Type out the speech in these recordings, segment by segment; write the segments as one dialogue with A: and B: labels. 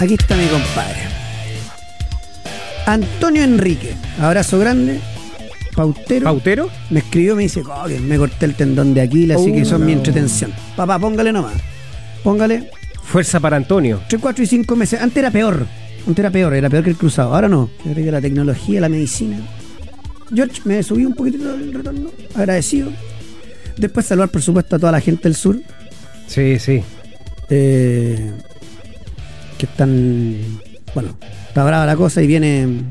A: Aquí está mi compadre. Antonio Enrique, abrazo grande, pautero.
B: ¿Pautero?
A: me escribió, me dice, "Coquen, me corté el tendón de Aquiles, así
B: Oh,
A: que son mi
B: no.
A: entretención. Papá, póngale nomás. Póngale
B: Fuerza para Antonio.
A: 3, 4 y 5 meses. Antes era peor. Antes era peor, era peor que el cruzado. Ahora no. Yo creo que la tecnología, la medicina. George, me subí un poquitito del retorno. Agradecido. Después saludar, por supuesto, a toda la gente del sur.
B: Sí, sí.
A: eh, que están. Bueno, está brava la cosa y viene.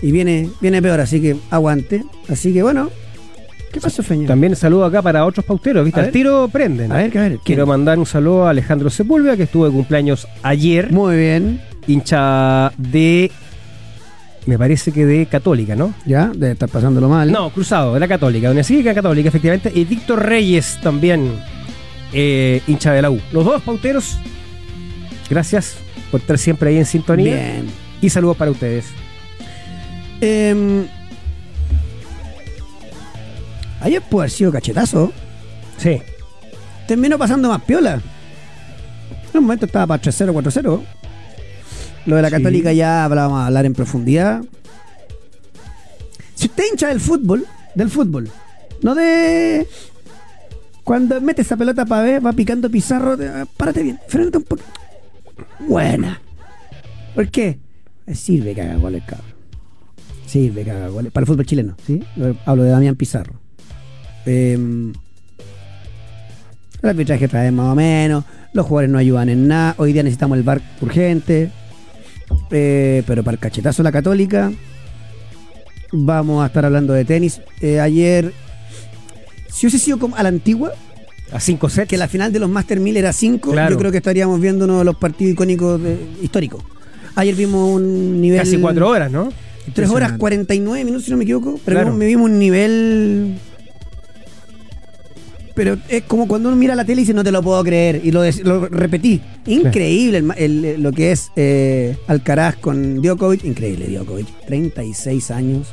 A: Y viene, viene peor, así que aguante. Así que bueno. ¿Qué pasó, Feña?
B: También saludo acá para otros pauteros, ¿viste?
A: A
B: Al
A: ver.
B: tiro prenden.
A: A ver, que a ver.
B: Quiero
A: ¿quién?
B: mandar un saludo a Alejandro Sepúlveda, que estuvo de cumpleaños ayer,
A: Muy bien.
B: hincha de. Me parece que de Católica, ¿no?
A: Ya, debe estar pasándolo mal.
B: No, Cruzado, de la Católica, de una cívica católica, efectivamente. Y Víctor Reyes también, eh, hincha de la U. Los dos pauteros, gracias por estar siempre ahí en sintonía.
A: Bien.
B: Y saludos para ustedes.
A: Eh, ayer pudo haber sido cachetazo.
B: Sí.
A: Terminó pasando más piola. En un momento estaba para 3-0, 4-0. Lo de la
B: Sí.
A: Católica ya vamos a hablar en profundidad. Si usted hincha del fútbol, del fútbol, no de. Cuando mete esa pelota para ver, va picando pizarro, te- párate bien, frenate un poco. Buena. ¿Por qué? Eh, Sirve que haga goles, cabrón. Sirve que haga goles. Para el fútbol chileno, ¿sí? Lo- Hablo de Damián Pizarro. Em, el arbitraje trae más o menos. Los jugadores no ayudan en nada. Hoy día necesitamos el bar urgente. Eh, pero para el cachetazo de la Católica, vamos a estar hablando de tenis. Eh, ayer, si hubiese sido como a la antigua,
B: A cinco sets.
A: que la final de los Master 1000 era 5,
B: Claro.
A: yo creo que estaríamos viendo uno de los partidos icónicos de- históricos. Ayer vimos un nivel.
B: Casi cuatro horas, ¿no?
A: 3 horas
B: Impresionante.
A: 49 minutos, si no me equivoco. Pero
B: Claro.
A: vimos- me vimos un nivel. Pero es como cuando uno mira la tele y dice, no te lo puedo creer. Y lo, des- lo repetí. Increíble el ma- el- el- lo que es eh, Alcaraz con Djokovic. Increíble Djokovic. 36 años.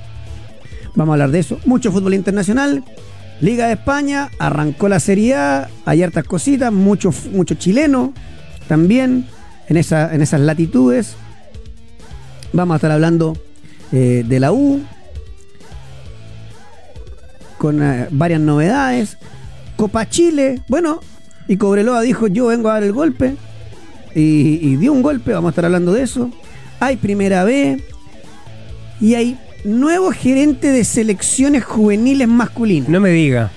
A: Vamos a hablar de eso. Mucho fútbol internacional. Liga de España. Arrancó la Serie A. Hay hartas cositas. Mucho, f- mucho chileno también. En, esa, en esas latitudes. Vamos a estar hablando eh, de la U, con eh, varias novedades. Copa Chile, bueno, y Cobreloa dijo yo vengo a dar el golpe, y, y dio un golpe, vamos a estar hablando de eso. Hay Primera B, y hay nuevo gerente de selecciones juveniles masculinas.
B: No me diga.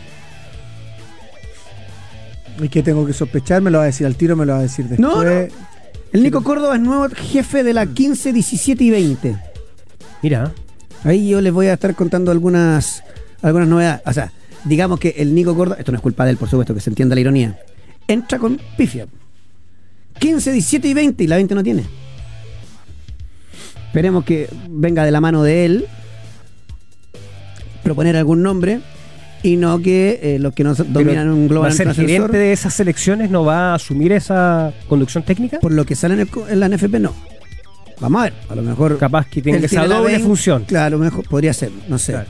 C: ¿Y qué tengo que sospechar? Me lo va a decir al tiro, me lo va a decir después.
A: No, no. El Nico Córdoba es nuevo jefe de la 15, 17 y 20.
B: Mira.
A: Ahí yo les voy a estar contando algunas, algunas novedades. O sea, digamos que el Nico Córdoba, esto no es culpa de él, por supuesto, que se entienda la ironía, entra con pifia. 15, 17 y 20, y la 20 no tiene. Esperemos que venga de la mano de él proponer algún nombre y no que eh, los que no dominan
B: Pero,
A: un global
B: ¿Va a ser
A: transcensor,
B: gerente de esas selecciones? ¿No va a asumir esa conducción técnica?
A: por lo que sale en, el co- en la NFP, no. Vamos a ver, a lo mejor
B: Capaz que tenga
A: Él
B: esa
A: la
B: doble
A: vein-
B: función.
A: Claro, mejor podría ser, no sé.
B: Claro.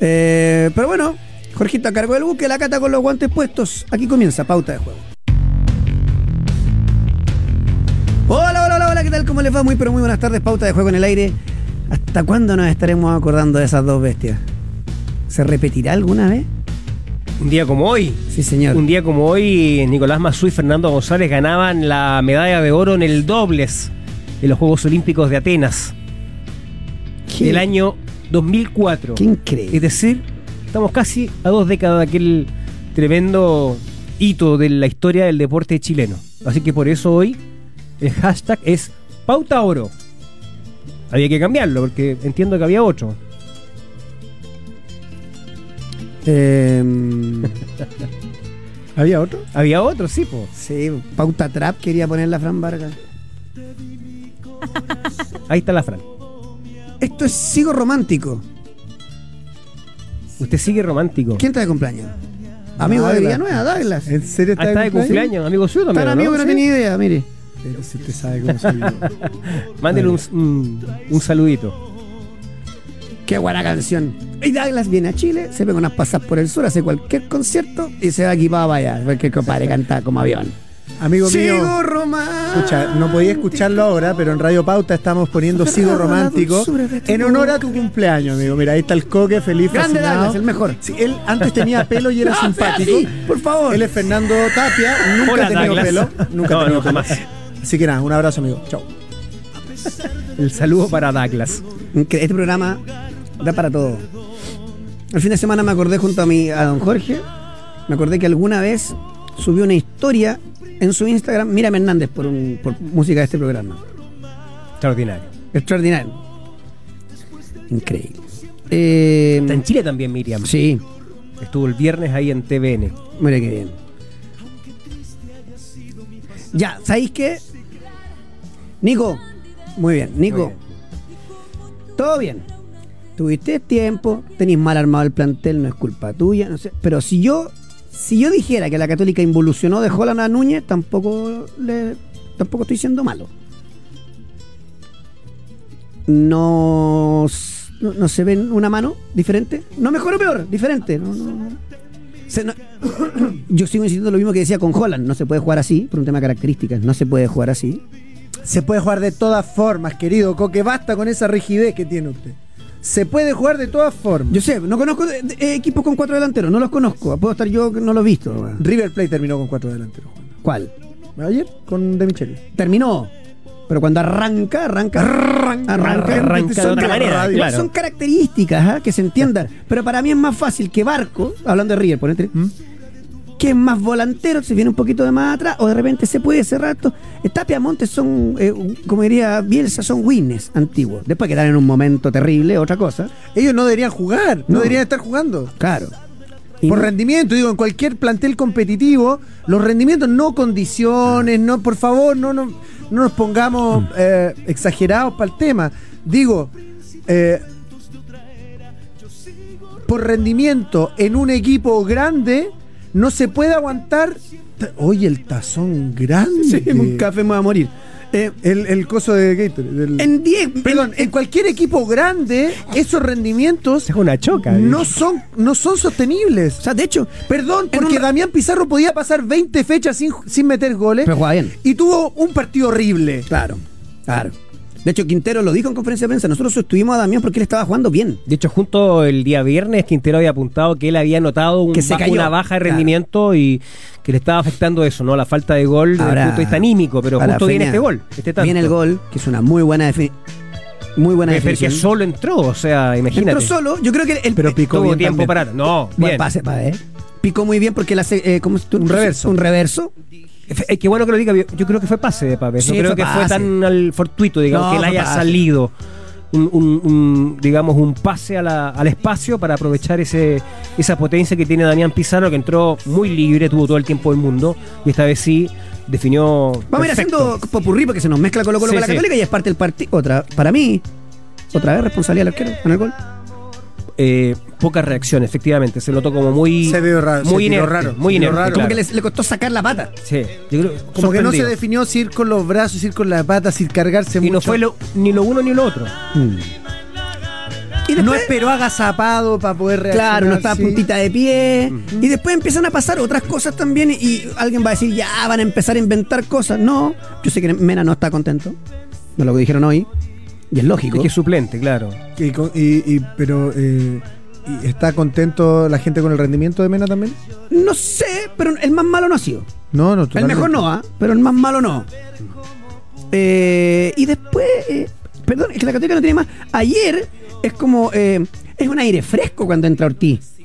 A: Eh, pero bueno, Jorgito a cargo del buque, la cata con los guantes puestos. Aquí comienza pauta de juego. Hola, hola, hola, hola, ¿qué tal? ¿Cómo les va? Muy, pero muy buenas tardes, pauta de juego en el aire. ¿Hasta cuándo nos estaremos acordando de esas dos bestias? ¿Se repetirá alguna vez?
B: Un día como hoy.
A: Sí, señor.
B: Un día como hoy, Nicolás Mazú y Fernando González ganaban la medalla de oro en el dobles en los Juegos Olímpicos de Atenas
A: Qué-
B: del año 2004.
A: Qué increíble.
B: Es decir, estamos casi a dos décadas de aquel tremendo hito de la historia del deporte chileno. Así que por eso hoy el hashtag es Pauta Oro. Había que cambiarlo porque entiendo que había otro.
D: eh,
A: Em,
C: ¿Había otro?
B: Había otro, sí, po.
A: sí, pauta trap quería poner la Fran Vargas.
B: Ahí está la Fran.
A: Esto es Sigo Romántico.
B: Usted sigue romántico.
A: ¿Quién está de cumpleaños? Amigo de
C: Douglas.
A: Villanueva, Douglas.
C: ¿En serio
B: Ah, está de cumpleaños, amigo suyo
A: Tan
B: también. ¿o
A: amigo que no
B: Sí.
A: tenía idea, mire.
C: Pero Si usted sabe cómo soy yo.
B: Mándele un, un, un saludito.
A: Qué buena canción. Y Douglas viene a Chile, se pega unas pasas por el sur, hace cualquier concierto y se va aquí para allá. Porque el compadre canta como avión.
D: Amigo mío.
A: Sigo romántico.
D: Escucha, no podía escucharlo ahora, pero en Radio Pauta estamos poniendo Sigo Romántico en honor a tu cumpleaños, amigo. Mira, ahí está el coque, feliz,
A: Grande Douglas,
D: fascinado.
A: el mejor.
D: Sí, él antes tenía pelo y era
A: No,
D: simpático.
A: sea así, por favor.
D: Él es Fernando Tapia, nunca
B: Hola,
D: ha tenido
B: Douglas.
D: pelo. Nunca
B: No,
D: ha tenido
B: no, jamás.
D: pelo. Así que nada, un abrazo, amigo. Chao.
B: El saludo para Douglas.
A: Incre- Este programa da para todo. El fin de semana me acordé junto a mi a don Jorge. Me acordé que alguna vez subió una historia en su Instagram. Mírame Hernández por, un- por música de este programa.
B: Extraordinario.
A: Extraordinario. Increíble. Eh,
B: Está en Chile también, Miriam.
A: sí,
B: Estuvo el viernes ahí en TVN.
A: mira qué bien. Ya, ¿sabéis qué? Nico, muy bien, Nico. Todo bien. Tuviste tiempo, tenéis mal armado el plantel, no es culpa tuya, no sé. Pero si yo, si yo dijera que la Católica involucionó de Holland a Núñez, tampoco le, tampoco estoy siendo malo. No, s- no, no se ven una mano diferente. No mejor o peor, diferente. No, no, no. Se- no- yo sigo insistiendo lo mismo que decía con Holland. No se puede jugar así, por un tema de características. No se puede jugar así.
D: Se puede jugar de todas formas, querido Coque. Basta con esa rigidez que tiene usted. Se puede jugar de todas formas.
A: Yo sé, no conozco de- de- eh, equipos con cuatro delanteros, no los conozco. Puedo estar yo que no los he visto. weón.
D: River Plate terminó con cuatro delanteros. Juan.
A: ¿Cuál?
D: Ayer con De Micheli.
A: Terminó. Pero cuando arranca, arranca. Arranca,
B: arranca de
A: Son
B: otra
A: ca-
B: manera,
A: igual
B: claro.
A: Son características ah, que se entiendan. Pero para mí es más fácil que Barco, hablando de River, ponete, que es más volantero, se viene un poquito de más atrás, o de repente se puede cerrar esto. Eh, Tapia Montes son, eh, como diría Bielsa, son winners antiguos. Después quedan en un momento terrible, otra cosa.
D: Ellos no deberían jugar, no,
A: No.
D: deberían estar jugando.
A: Claro. Y
D: Por
A: no-
D: rendimiento, digo, en cualquier plantel competitivo, los rendimientos no condiciones, no, por favor, no, no, no nos pongamos
A: Mm.
D: eh, exagerados para el tema. Digo, eh, por rendimiento en un equipo grande, no se puede aguantar. ta- Oye, el tazón grande.
A: Sí, un café me va a morir. Eh,
D: el, el coso de Gator. del-
A: en 10.
D: Perdón, en cualquier equipo grande, esos rendimientos
B: Es una choca.
D: no son, no son sostenibles.
A: O sea, de hecho,
D: Perdón,
A: En
D: porque
A: un-
D: Damián Pizarro podía pasar 20 fechas sin, sin meter goles
A: Pero juega bien.
D: y tuvo un partido horrible.
A: Claro, claro. De hecho, Quintero lo dijo en conferencia de prensa. Nosotros estuvimos a Damián porque él estaba jugando bien.
B: De hecho, junto el día viernes, Quintero había apuntado que él había notado un
A: Que se
B: ba-
A: cayó.
B: una baja de
A: Claro.
B: rendimiento y que le estaba afectando eso, ¿no? La falta de gol desde
A: Ahora,
B: el punto de vista anímico, pero
A: para
B: justo viene
A: Feña,
B: este gol. Este tanto.
A: Viene el gol, que es una muy buena definición. Muy buena
B: Pero que
A: definición.
B: solo entró, o sea, imagínate.
A: Entró solo. Yo creo que el
D: Pero picó
B: Tuvo
D: bien
B: tiempo
D: también.
B: para. No,
A: Buen
B: bien.
A: pase, pa' ver. Picó muy bien porque él hace eh, ¿cómo es tu-
D: Un reverso.
A: Un reverso.
B: Fe- eh, Qué bueno que lo diga. yo- Yo creo que fue pase de Pape.
A: Sí,
B: no creo
A: fue
B: que fue
A: pase.
B: tan al fortuito, digamos,
A: No,
B: que le
A: fue
B: haya
A: pase.
B: salido un, un- un, digamos, un pase a la- al espacio para aprovechar ese, esa potencia que tiene Damián Pizarro, que entró muy libre, tuvo todo el tiempo del mundo y esta vez sí definió.
A: Vamos a ir
B: perfecto.
A: haciendo popurrí porque se nos mezcla Colo Colo
B: Sí,
A: con la
B: sí.
A: Católica y es parte del partido. Otra, para mí, otra vez responsabilidad del arquero en el gol.
B: Eh, poca reacción, efectivamente. Se notó como muy.
D: Se vio
B: Muy
D: raro, se tiró
B: inerte,
D: raro,
B: Muy
D: se tiró
B: inerte,
D: raro.
A: Como
B: claro.
A: que les- le costó sacar la pata.
B: Sí, yo creo-
D: Como que no se
B: sorprendido.
D: definió si ir con los brazos, si ir con la pata, si cargarse
B: Y
D: mucho.
B: no fue lo- ni lo uno ni lo otro.
A: Y
D: No
A: después-
D: esperó agazapado para poder reaccionar.
A: Claro, no estaba
D: sí.
A: puntita de pie. Y después empiezan a pasar otras cosas también. Y alguien va a decir, ya van a empezar a inventar cosas. No, yo sé que Mena no está contento de lo que dijeron hoy. Y es lógico.
B: Es que es suplente, claro.
D: Y, con- y- y- pero eh, y ¿está contento la gente con el rendimiento de Mena también?
A: No sé, pero el más malo no ha sido.
D: No, no. totalmente.
A: El mejor no, ¿ah? pero el más malo no. Eh, y después, eh, perdón, es que la católica no tiene más. Ayer es como, eh, es un aire fresco cuando entra Ortiz.
D: Sí,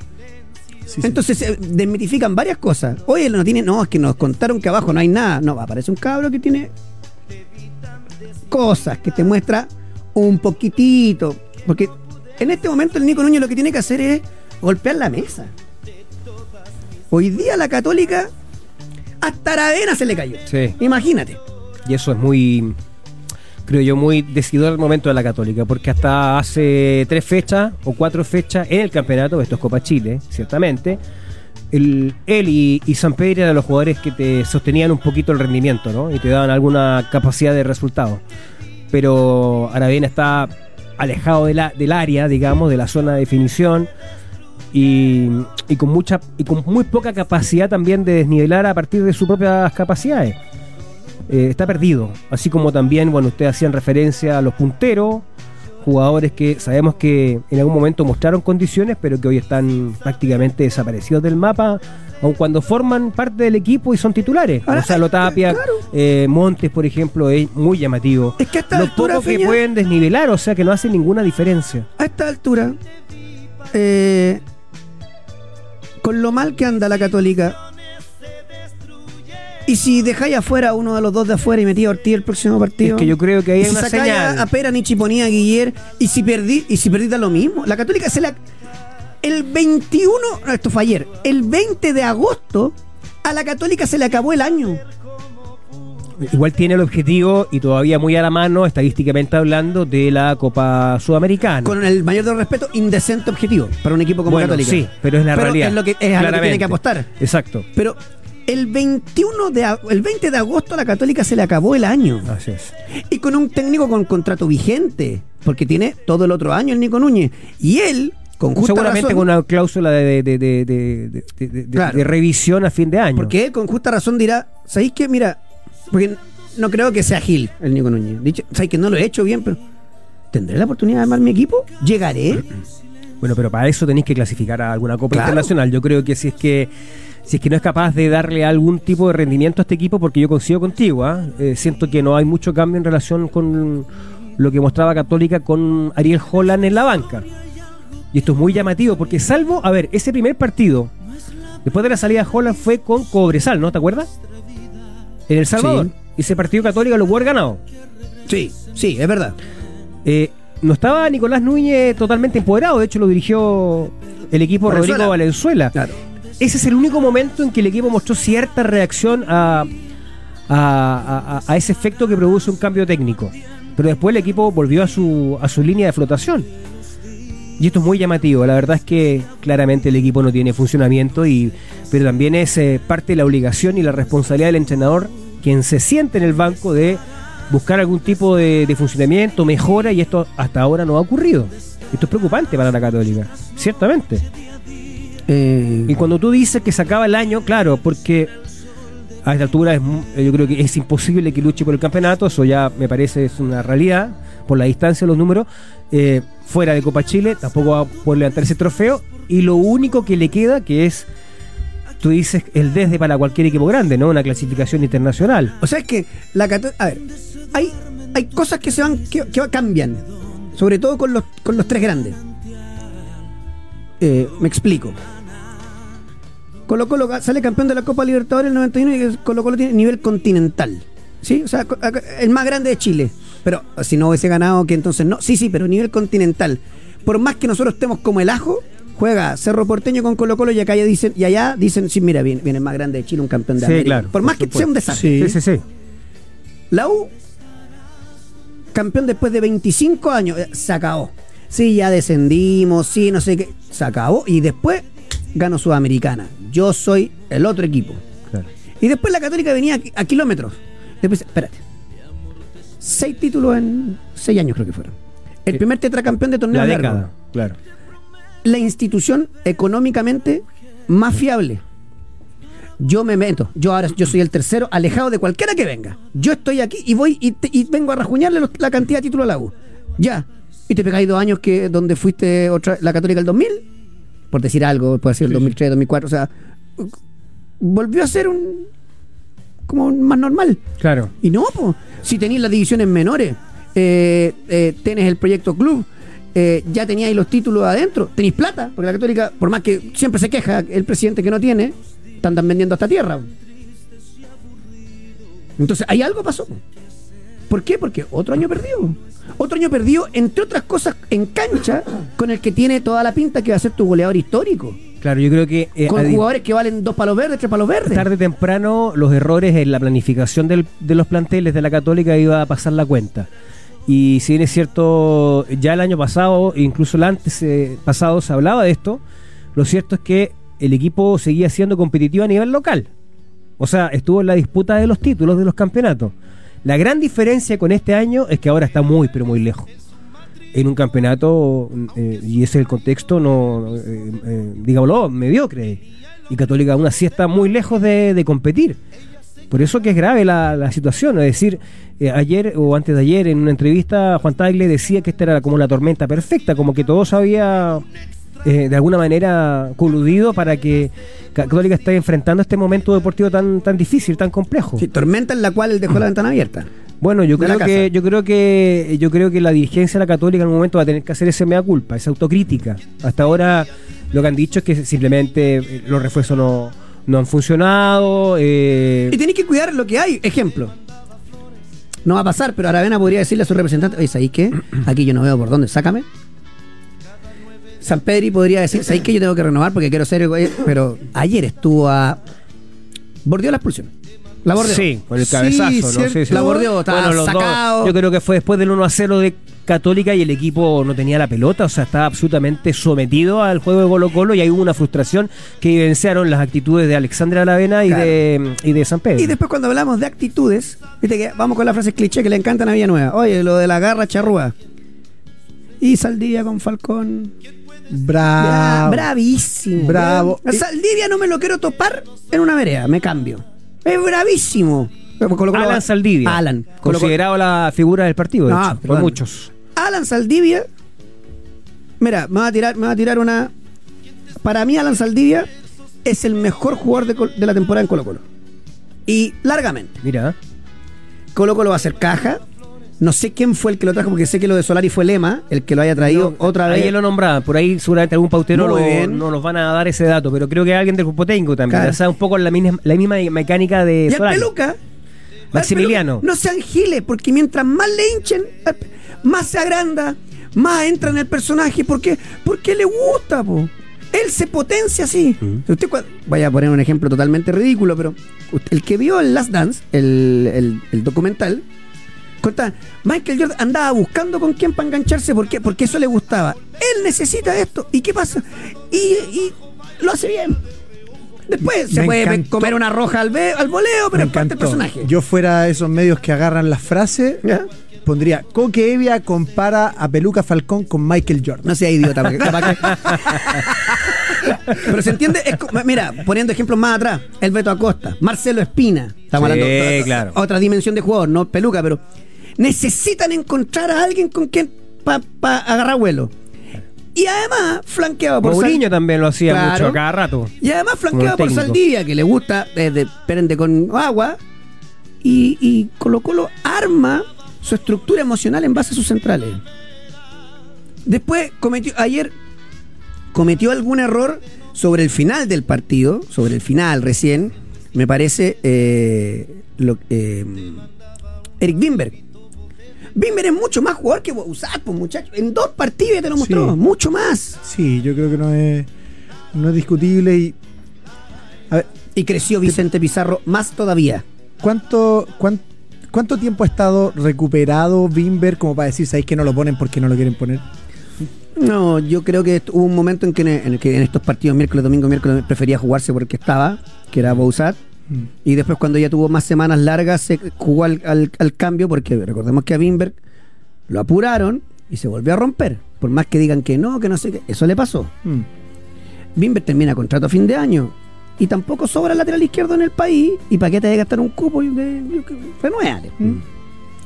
D: sí.
A: Entonces eh, desmitifican varias cosas. Oye, no tiene. No, es que nos contaron que abajo no hay nada. No, aparece un cabro que tiene cosas que te muestra un poquitito. Porque en este momento el Nico Núñez lo que tiene que hacer es golpear la mesa. Hoy día la católica hasta la avena se le cayó.
B: Sí.
A: Imagínate.
B: Y eso es muy, creo yo, muy decidor el momento de la Católica, porque hasta hace tres fechas o cuatro fechas en el campeonato, esto es Copa Chile, ciertamente, el, él y, y San Pedro eran los jugadores que te sostenían un poquito el rendimiento, ¿no? Y te daban alguna capacidad de resultado. Pero Aravena está alejado de la- del área, digamos, de la zona de definición. y, y con mucha y con muy poca capacidad también de desnivelar a partir de sus propias capacidades. Eh, está perdido. Así como también, bueno, ustedes hacían referencia a los punteros, jugadores que sabemos que en algún momento mostraron condiciones, pero que hoy están prácticamente desaparecidos del mapa, aun cuando forman parte del equipo y son titulares.
A: Ahora,
B: Gonzalo Tapia,
A: claro.
B: eh, Montes, por ejemplo, es muy llamativo.
A: Es que a esta
B: Lo
A: altura,
B: poco que
A: Feña-
B: pueden desnivelar, o sea que no hace ninguna diferencia.
A: A esta altura, eh, con lo mal que anda la católica, y si dejáis afuera a uno de los dos de afuera y metí a Ortiz el próximo partido.
B: Es que yo creo que ahí
A: y
B: hay
A: si
B: una
A: sacáis
B: señal.
A: a, a Pera ni Chiponía a Guiller, y si perdí, y si perdí da lo mismo. La católica se la. El 21, no, esto fue ayer, el 20 de agosto, a la católica se le acabó el año.
B: Igual tiene el objetivo y todavía muy a la mano, estadísticamente hablando, de la Copa Sudamericana.
A: Con el mayor de los respetos, indecente objetivo para un equipo como
B: Bueno,
A: católica.
B: Sí, pero es la
A: Pero
B: realidad.
A: es lo que- es a lo que tiene que apostar.
B: Exacto.
A: Pero el 21 de ag- el 20 de agosto a la Católica se le acabó el año
B: Así es.
A: y con un técnico con contrato vigente, porque tiene todo el otro año el Nico Núñez y él con justa
B: Seguramente
A: razón,
B: con una cláusula de, de- de- de- de- de- de-
A: Claro.
B: de revisión a fin de año.
A: porque él con justa razón dirá, ¿sabéis qué? Mira, porque no creo que sea Gil el Nico Núñez. Dicho, sabéis que no lo he hecho bien, pero ¿tendré la oportunidad de armar mi equipo? ¿Llegaré?
B: Bueno, pero para eso tenéis que clasificar a alguna Copa
A: Claro.
B: Internacional. Yo creo que si es que si es que no es capaz de darle algún tipo de rendimiento a este equipo, porque yo coincido contigo, ¿ah? Eh, siento que no hay mucho cambio en relación con lo que mostraba Católica con Ariel Holland en la banca. Y esto es muy llamativo, porque salvo, a ver, ese primer partido, después de la salida de Holland fue con Cobresal, ¿no? ¿Te acuerdas? En El Salvador.
A: Sí.
B: Ese partido Católica lo pudo haber ganado.
A: Sí, sí, es verdad.
B: Eh, no estaba Nicolás Núñez totalmente empoderado, de hecho lo dirigió el equipo
A: Valenzuela.
B: Rodrigo Valenzuela.
A: Claro.
B: Ese es el único momento en que el equipo mostró cierta reacción a, a- a- a ese efecto que produce un cambio técnico. Pero después el equipo volvió a su, a su línea de flotación. Y esto es muy llamativo. La verdad es que claramente el equipo no tiene funcionamiento, y, pero también es eh, parte de la obligación y la responsabilidad del entrenador, quien se siente en el banco, de buscar algún tipo de, de funcionamiento, mejora, y esto hasta ahora no ha ocurrido. Esto es preocupante para la Católica, ciertamente.
A: Eh,
B: Y cuando tú dices que se acaba el año, claro, porque a esta altura es mu- eh, yo creo que es imposible que luche por el campeonato, eso ya me parece es una realidad, por la distancia de los números, eh, fuera de Copa Chile, tampoco va a poder levantar ese trofeo, y lo único que le queda, que es, tú dices, el desde para cualquier equipo grande, ¿no? Una clasificación internacional.
A: O sea, es que la Cató- A ver, hay, hay cosas que se van. que, que cambian. Sobre todo con los, con los tres grandes. Eh, me explico. Colo Colo ga- sale campeón de la Copa Libertadores en el 91 y Colo Colo tiene nivel continental. ¿Sí? O sea, co- acá- el más grande de Chile. Pero ah, si no hubiese ganado, que entonces no. Sí, sí, pero nivel continental. Por más que nosotros estemos como el ajo, juega Cerro Porteño con Colo Colo y acá ya dicen, y allá dicen, sí, mira, viene, viene el más grande de Chile, un campeón de
B: Sí,
A: América.
B: claro,
A: por
B: por
A: más que sea un
B: supuesto.
A: desastre.
B: Sí, sí, sí.
A: La U, campeón después de 25 años, eh, se acabó. Sí, ya descendimos, sí, no sé qué, se acabó. Y después ganó Sudamericana. Yo soy el otro equipo.
B: Claro.
A: Y después la Católica venía a, a kilómetros. Después, espérate. Seis títulos en seis años creo que fueron. El
B: Eh,
A: primer tetracampeón de torneo
B: La
A: largo.
B: década, claro.
A: La institución económicamente más fiable. Yo me meto, yo ahora yo soy el tercero, alejado de cualquiera que venga. Yo estoy aquí y voy y, te- y vengo a rajuñarle los- la cantidad de títulos a la U. Ya. Y te pegáis dos años que donde fuiste otra, la Católica el 2000, por decir algo, puede ser el 2003, 2004, o sea, volvió a ser un como un más normal.
B: Claro.
A: Y no, po. si tenéis las divisiones menores, eh, eh, tenés el proyecto club, eh, ya teníais los títulos adentro, tenéis plata, porque la Católica, por más que siempre se queja el presidente que no tiene, te andan vendiendo hasta tierra. Entonces, ahí algo pasó. ¿Por qué? Porque otro año perdido. Otro año perdido, entre otras cosas, en cancha, con el que tiene toda la pinta que va a ser tu goleador histórico.
B: Claro, yo creo que... eh, a
A: Con
B: di-
A: jugadores que valen dos palos verdes, tres palos verdes.
B: Tarde o temprano, los errores en la planificación del- de los planteles de la Católica iba a pasar la cuenta. Y si bien es cierto, ya el año pasado, incluso el antes eh, pasado, se hablaba de esto, lo cierto es que el equipo seguía siendo competitivo a nivel local. O sea, estuvo en la disputa de los títulos de los campeonatos. La gran diferencia con este año es que ahora está muy, pero muy lejos. en un campeonato, eh, y ese es el contexto, no, eh, eh, digámoslo, mediocre. Y Católica aún así está muy lejos de, de competir. Por eso que es grave la, la situación. Es decir, eh, ayer o antes de ayer en una entrevista Juan Tagle decía que esta era como la tormenta perfecta, como que todo se había eh, de alguna manera coludido para que Católica esté enfrentando este momento deportivo tan, tan difícil, tan complejo.
A: Sí, tormenta en la cual él dejó la ventana abierta.
B: Bueno, yo
A: De la
B: creo
A: casa.
B: que yo creo que yo creo que la dirigencia de la Católica en un momento va a tener que hacer ese mea culpa, esa autocrítica. Hasta ahora lo que han dicho es que simplemente eh, los refuerzos no, no han funcionado. eh,
A: Y tenéis que cuidar lo que hay. Ejemplo. No va a pasar, pero Aravena podría decirle a su representante, oye, ¿sabéis qué? Aquí yo no veo por dónde, sácame. San Pedri podría decir, ¿sabéis qué? Yo tengo que renovar porque quiero ser... el güey". Pero ayer estuvo a... Bordeó la expulsión. La bordeó.
B: Sí, por el
C: Sí,
B: cabezazo, ¿no?
C: cierto.
B: Sí, sí.
A: La bordeó, estaba
B: Bueno, los dos.
A: sacado.
B: Yo creo que fue después del 1 a 0 de Católica y el equipo no tenía la pelota, o sea, estaba absolutamente sometido al juego de Colo Colo y ahí hubo una frustración que evidenciaron las actitudes de Alexandra Alavena y,
A: Claro.
B: de, y de San Pedro.
A: Y después cuando hablamos de actitudes, viste que vamos con las frases cliché que le encantan a Villanueva. Oye, lo de la garra charrúa. Y Saldivia con Falcón. Bra-
C: Bravo.
A: bravísimo.
C: Bravo.
A: A
C: Y-
A: Saldivia no me lo quiero topar en una vereda, me cambio. Es bravísimo. Colo- Colo-
B: Alan Saldivia.
A: Alan. Ah, Colo-
B: Considerado la figura del partido, de
A: No,
B: hecho, por
A: perdón.
B: muchos.
A: Alan Saldivia. Mira, me va a tirar, me va a tirar una. Para mí, Alan Saldivia es el mejor jugador de, Col- de la temporada en Colo Colo. Y largamente.
B: Mira,
A: Colo Colo va a hacer caja. No sé quién fue el que lo trajo, porque sé que lo de Solari fue Lema, el que lo haya traído otra vez.
B: Ahí lo nombraban, por ahí seguramente algún pautero
A: Muy
B: lo-
A: bien.
B: no nos van a dar ese dato, pero creo que alguien del grupo técnico también.
A: Claro.
B: O sea, un poco la misma, la misma mecánica de
A: y al
B: Solari.
A: Peluca.
B: eh, Maximiliano.
A: al Peluca, No sean giles, porque mientras más le hinchen, al Pe- más se agranda, más entra en el personaje. ¿Por qué? Porque le gusta, po. Él se potencia así. Si Usted, cua- vaya a poner un ejemplo totalmente ridículo, pero usted- el que vio el Last Dance, el, el- el documental, contaba, Michael Jordan andaba buscando con quién para engancharse. ¿Por qué? Porque eso le gustaba. Él necesita esto. ¿Y qué pasa? Y, y lo hace bien. Después se
C: Me
A: puede
C: encantó.
A: comer una roja al, ve- al voleo, pero
C: Me
A: es parte
C: encantó.
A: del personaje.
C: Yo fuera de esos medios que agarran las frases,
A: ¿Ya?
C: pondría Coque Evia compara a Peluca Falcón con Michael Jordan.
A: No sea idiota, porque capaz que- Pero se entiende, es co- mira, poniendo ejemplos más atrás, el Beto Acosta, Marcelo Espina, estamos
B: Sí,
A: hablando de otra-
B: claro.
A: otra dimensión de jugador, no peluca, pero necesitan encontrar a alguien con quien para agarrar vuelo. Y además, flanqueado por
B: Mourinho
A: Sal-
B: también lo hacía
A: Claro.
B: mucho a cada rato.
A: Y además flanqueado
B: Como
A: por
B: técnico.
A: Saldivia, que le gusta, eh, de- prende con agua. Y, y Colo Colo arma su estructura emocional en base a sus centrales. Después cometió, ayer cometió algún error sobre el final del partido, sobre el final recién, me parece, eh, lo- eh, Eric Bimberg. Bimberg es mucho más jugador que Bouzat, pues muchachos. En dos partidos ya te lo mostró,
C: Sí.
A: mucho más.
C: Sí, yo creo que no es, no es discutible. Y, a ver,
A: Y creció Vicente Pizarro más todavía.
C: ¿cuánto, cuán- ¿cuánto tiempo ha estado recuperado Bimber como para decir, ¿sabéis que no lo ponen porque no lo quieren poner?
A: No, yo creo que est- hubo un momento en que en, en el que en estos partidos miércoles, domingo, miércoles prefería jugarse porque estaba, que era Bouzat.
C: Mm.
A: Y después cuando ya tuvo más semanas largas se jugó al, al- al cambio porque recordemos que a Bimberg lo apuraron y se volvió a romper. Por más que digan que no, que no sé qué, eso le pasó.
C: Mm.
A: Bimber termina contrato a fin de año y tampoco sobra lateral izquierdo en el país y para qué te hay que gastar un cupo y de, yo que- renuévale.
C: Mm.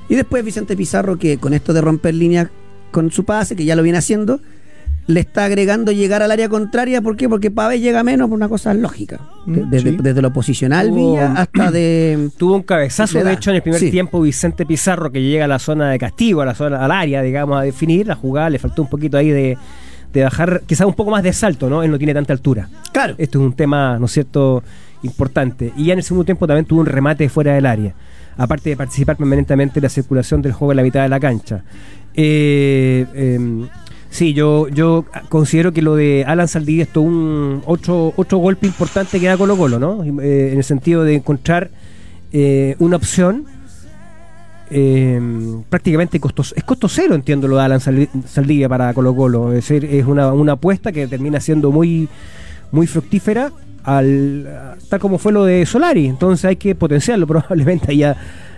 A: Y después Vicente Pizarro que con esto de romper líneas con su pase, que ya lo viene haciendo, le está agregando llegar al área contraria. ¿Por qué? Porque Pavés llega menos por una cosa lógica. De-
C: Mm,
A: desde,
C: sí. Oh.
A: desde lo posicional
B: Hubo-
A: Villa hasta de...
B: Tuvo un cabezazo,
A: Le da.
B: de hecho, en el primer
A: Sí.
B: tiempo Vicente Pizarro, que llega a la zona de castigo, a la zona, al área, digamos, a definir la jugada, le faltó un poquito ahí de, de bajar, quizás un poco más de salto, ¿no? Él no tiene tanta altura.
A: Claro.
B: Esto es un tema, ¿no es cierto?, importante. Y ya en el segundo tiempo también tuvo un remate fuera del área, aparte de participar permanentemente en la circulación del juego en la mitad de la cancha. Eh, em, sí, yo, yo considero que lo de Alan Saldivia es todo un otro, otro golpe importante que da Colo Colo, ¿no? Eh, en el sentido de encontrar eh, una opción. eh, prácticamente costos, es costo cero, entiendo lo de Alan Saldi- Saldivia para Colo Colo. Es decir, es una, una apuesta que termina siendo muy, muy fructífera al a- tal como fue lo de Solari. Entonces hay que potenciarlo probablemente ya.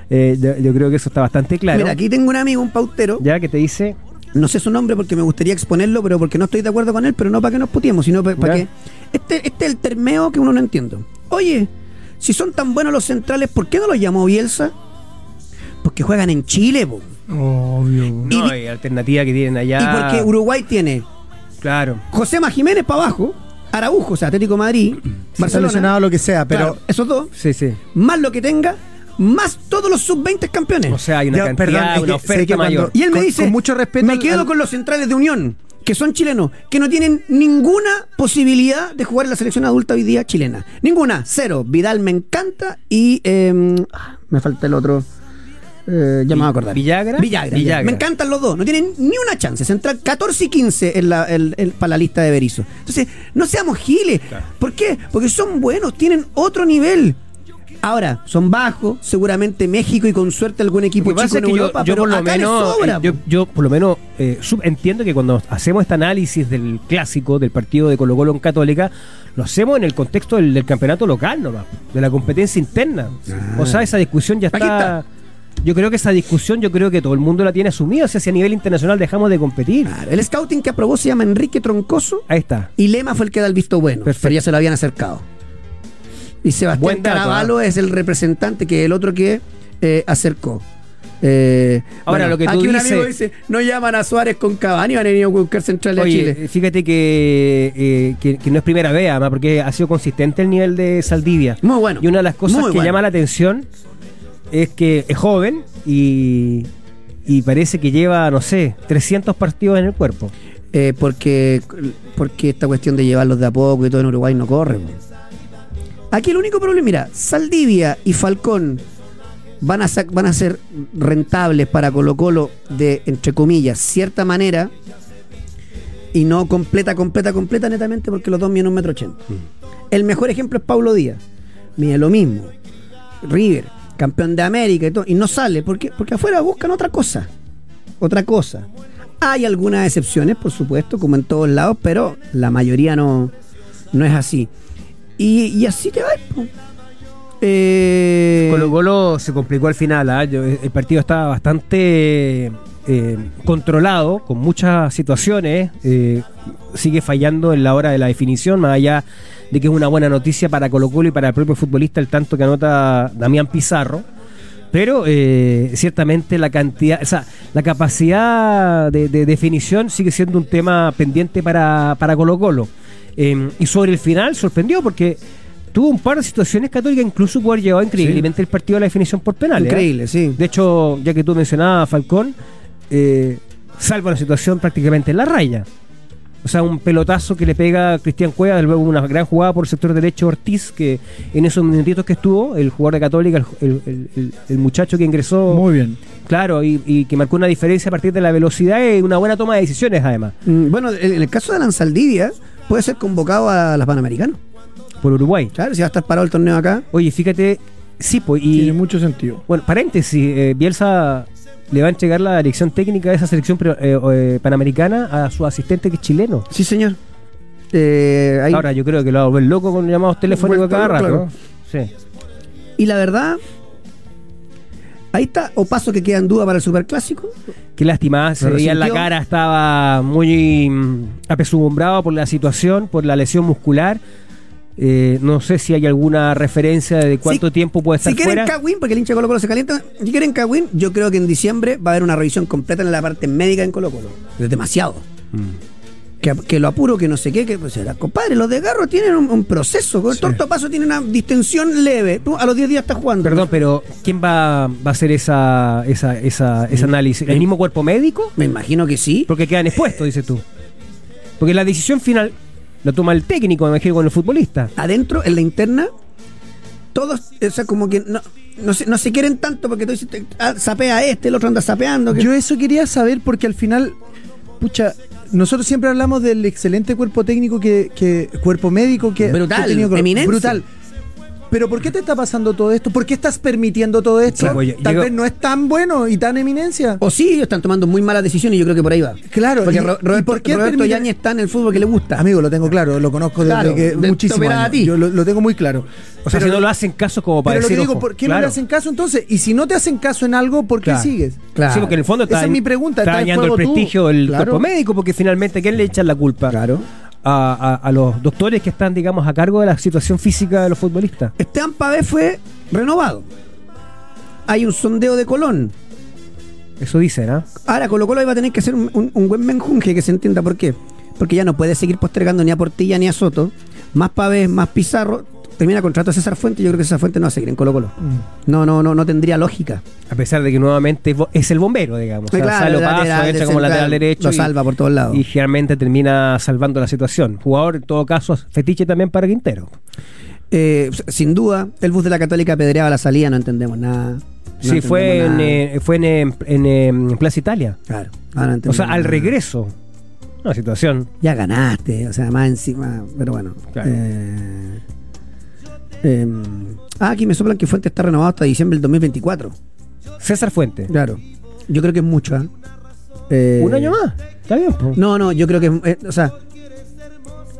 B: eh, yo, yo creo que eso está bastante claro.
A: Mira, aquí tengo un amigo, un pautero,
B: Ya que te dice
A: no sé su nombre porque me gustaría exponerlo, pero porque no estoy de acuerdo con él, pero no para que nos putiemos, sino para,
B: Ya.
A: que... Este, este es el termeo que uno no entiende. Oye, si son tan buenos los centrales, ¿por qué no los llamó Bielsa? Porque juegan en Chile, po.
C: Obvio.
B: No, hay alternativa que tienen allá.
A: Y porque Uruguay tiene
B: Claro.
A: José Jiménez para abajo, Araujo, o sea, Atlético de Madrid,
C: Barcelona.
A: Barcelona,
C: lo que sea, pero.
A: pero esos dos,
B: Sí, sí.
A: más lo que tenga, más todos los sub-20 campeones.
B: O sea, hay una
C: Eh, Ya,
B: cantidad,
C: perdón, es que-
B: una
C: sé
B: oferta
C: que cuando-
B: mayor.
A: y él me
C: con-
A: dice,
C: con mucho respeto
A: me
C: al-
A: quedo
C: al-
A: con los centrales de Unión, que son chilenos, que no tienen ninguna posibilidad de jugar en la selección adulta hoy día chilena. Ninguna, cero. Vidal me encanta y eh, ah, me falta el otro. eh, ya me voy a acordar.
B: Villagra.
A: Villagra.
B: Villagra.
A: Me encantan los dos. No tienen ni una chance. Central 14 y 15 en la, el- el- para la lista de Berizzo. Entonces, no seamos giles. ¿Por qué? Porque son buenos, tienen otro nivel. Ahora, son bajos, seguramente México y con suerte algún equipo
B: Lo que
A: chico
B: pasa
A: en
B: es que yo-
A: Europa,
B: yo,
A: pero
B: por lo
A: acá les
B: menos,
A: sobra,
B: eh, yo,
A: po.
B: yo por lo menos eh, sub- entiendo que cuando hacemos este análisis del clásico, del partido de Colo Colo en Católica, lo hacemos en el contexto del, del campeonato local nomás, de la competencia interna. O
A: Ah.
B: sea, esa discusión ya
A: Aquí
B: está,
A: está.
B: Yo creo que esa discusión, yo creo que todo el mundo la tiene asumida. O sea, si a nivel internacional dejamos de competir,
A: Claro, el scouting que aprobó se llama Enrique Troncoso
B: ahí está.
A: y Lema fue el que da el visto bueno,
B: Perfecto.
A: pero ya se lo habían acercado. Y Sebastián
B: Buen dato, ¿ah?
A: Caravaggio es el representante que el otro que eh, acercó. Eh,
B: Ahora, lo que tú
A: aquí un
B: dices-
A: amigo dice, no llaman a Suárez con Cavani, van a venir a buscar centrales
B: Oye,
A: a Chile.
B: eh, fíjate que, eh, que, que no es primera vez, además, porque ha sido consistente el nivel de Saldivia.
A: Muy bueno.
B: Y una de las cosas
A: Muy
B: que
A: bueno.
B: llama la atención es que es joven y, y parece que lleva, no sé, 300 partidos en el cuerpo.
A: Eh, porque, porque esta cuestión de llevarlos de a poco y todo en Uruguay no corre. po. Aquí el único problema, mira, Saldivia y Falcón van a, sac- van a ser rentables para Colo Colo de, entre comillas, cierta manera y no completa, completa, completa netamente porque los dos miden un metro ochenta. El mejor ejemplo es Pablo Díaz. Mide lo mismo. River, campeón de América y todo. Y no sale. ¿Por qué? Porque afuera buscan otra cosa. Otra cosa. Hay algunas excepciones, por supuesto, como en todos lados, pero la mayoría no, no es así. Y, y así te va. Eh,
B: Colo Colo se complicó al final. ¿ah? Yo- El partido estaba bastante eh, controlado, con muchas situaciones. eh, sigue fallando en la hora de la definición, más allá de que es una buena noticia para Colo Colo y para el propio futbolista el tanto que anota Damián Pizarro. Pero eh, ciertamente la cantidad, o sea, la capacidad de, de definición sigue siendo un tema pendiente para, para Colo Colo. Eh, y sobre el final sorprendió porque tuvo un par de situaciones católicas, incluso poder llevado increíblemente el partido a la definición por penales. ¿eh?
A: increíble, sí.
B: De hecho, ya que tú mencionabas a Falcón, eh, salva la situación prácticamente en la raya. O sea, un pelotazo que le pega a Cristian Cuevas, luego una gran jugada por el sector derecho Ortiz, que en esos minutitos que estuvo, el jugador de Católica, el, el- el- el muchacho que ingresó,
E: Muy bien.
B: claro, y, y que marcó una diferencia a partir de la velocidad y una buena toma de decisiones además,
A: Mm, Bueno, en en el caso de Alan Saldivia, puede ser convocado a las Panamericanas.
B: por Uruguay.
A: Claro, si va a estar parado el torneo acá.
B: Oye, fíjate, sí, pues, y
E: Tiene mucho sentido.
B: Bueno, paréntesis, eh, Bielsa le va a entregar la dirección técnica de esa selección pero, eh, eh, panamericana a su asistente que es chileno.
A: Sí, señor. Eh, ahí-
B: Ahora yo creo que lo va a volver loco con llamados telefónicos
A: Vuelto
B: cada rato.
A: loco,
B: Sí.
A: Y la verdad, ahí está o paso que queda en duda para el Superclásico.
B: Qué lástima, se
A: Lo
B: veía en la
A: resintió.
B: cara, estaba muy mm, apesumbrado por la situación, por la lesión muscular. Eh, no sé si hay alguna referencia de cuánto
A: Si-
B: tiempo puede estar
A: Si quieren
B: fuera.
A: Cagüín, porque el hincha de Colo Colo se calienta, si quieren Cagüín, yo creo que en diciembre va a haber una revisión completa en la parte médica en Colo Colo. Es demasiado.
B: Mm.
A: Que, que lo apuro, que no sé qué, que pues, será. compadre, los de Garro tienen un, un proceso. con El torto paso tiene una distensión leve. Tú a los 10 días estás jugando.
B: Perdón, pero ¿quién va, va a hacer esa, esa, esa, ese análisis? ¿El mismo cuerpo médico?
A: Me imagino que sí.
B: Porque quedan expuestos, dices tú. Porque la decisión final la toma el técnico, me imagino, con el futbolista.
A: adentro, en la interna, todos, o sea, como que no, no, se, no se quieren tanto porque tú dices, te- ah, sapea este, el otro anda sapeando. que-
C: Yo eso quería saber porque al final, pucha, nosotros siempre hablamos del excelente cuerpo técnico que, que- cuerpo médico que,
A: Brutal,
C: que ha tenido Colo-
A: eminencia.
C: brutal. Pero ¿por qué te está pasando todo esto? ¿Por qué estás permitiendo todo esto?
B: Claro, oye,
C: Tal
B: llega-
C: vez no es tan bueno y tan eminencia.
A: O sí, ellos están tomando muy malas decisiones y yo creo que por ahí va.
C: Claro,
A: Porque
C: y-
A: Ro-
C: ¿y
A: Roberto,
C: por qué
A: Roberto
C: permiten-
A: Yáñez está en el fútbol que le gusta.
C: Amigo, lo tengo claro, lo conozco desde
A: Claro,
C: que
A: de- te
C: muchísimo.
A: operaba
C: años.
A: a ti.
C: Yo lo, lo tengo muy claro.
B: O sea,
C: Pero-
B: si no lo hacen caso como para
C: Pero lo que
B: decir,
C: digo,
B: ojo,
C: ¿por qué no
B: claro.
C: le hacen caso entonces? Y si no te hacen caso en algo, ¿por qué
B: Claro.
C: sigues?
A: Claro.
B: Sí, porque en el fondo está,
C: Esa es mi pregunta,
B: está
C: está en
B: dañando el
C: juego tú.
B: prestigio del
C: Claro.
B: cuerpo médico, porque finalmente, ¿a quién le echan la culpa?
A: Claro.
B: A, a- a los doctores que están, digamos, a cargo de la situación física de los futbolistas.
A: Esteban Pavé fue renovado. Hay un sondeo de Colón.
B: Eso dicen, ¿ah?
A: Ahora Colo Colo iba a tener que hacer un, un- un buen menjunje, que se entienda por qué. Porque ya no puede seguir postergando ni a Portilla ni a Soto. Más Pavés, más Pizarro. Termina contrato a César Fuente. Yo creo que César Fuente no va a seguir en Colo Colo.
B: Mm.
A: No, no, no, no tendría lógica.
B: A pesar de que nuevamente es bo- es el bombero, digamos. O
C: Pues
B: sea,
A: Claro,
B: sale lo paso,
A: lateral,
B: echa como
A: central,
B: lateral derecho.
A: Lo
B: y-
A: salva por todos lados.
B: Y generalmente termina salvando la situación. Jugador, en todo caso, fetiche también para Quintero.
A: Eh, sin duda, el bus de la Católica apedreaba la salida. No entendemos nada. No
B: sí, fue, en,
A: entendemos nada.
B: eh, fue en, eh, en, eh, en Plaza Italia.
A: Claro. ahora
B: O
A: entendemos
B: sea, al
A: nada.
B: regreso. Una situación.
A: Ya ganaste, o sea, más encima. Pero bueno.
B: Claro.
A: Eh, em, ah, aquí me soplan que Fuente está renovado hasta diciembre del 2024.
B: César Fuente.
A: Claro. Yo creo que es mucho, ¿ah? Eh,
B: Un año más. Está bien, po.
A: No, no, yo creo que. es- eh, o sea,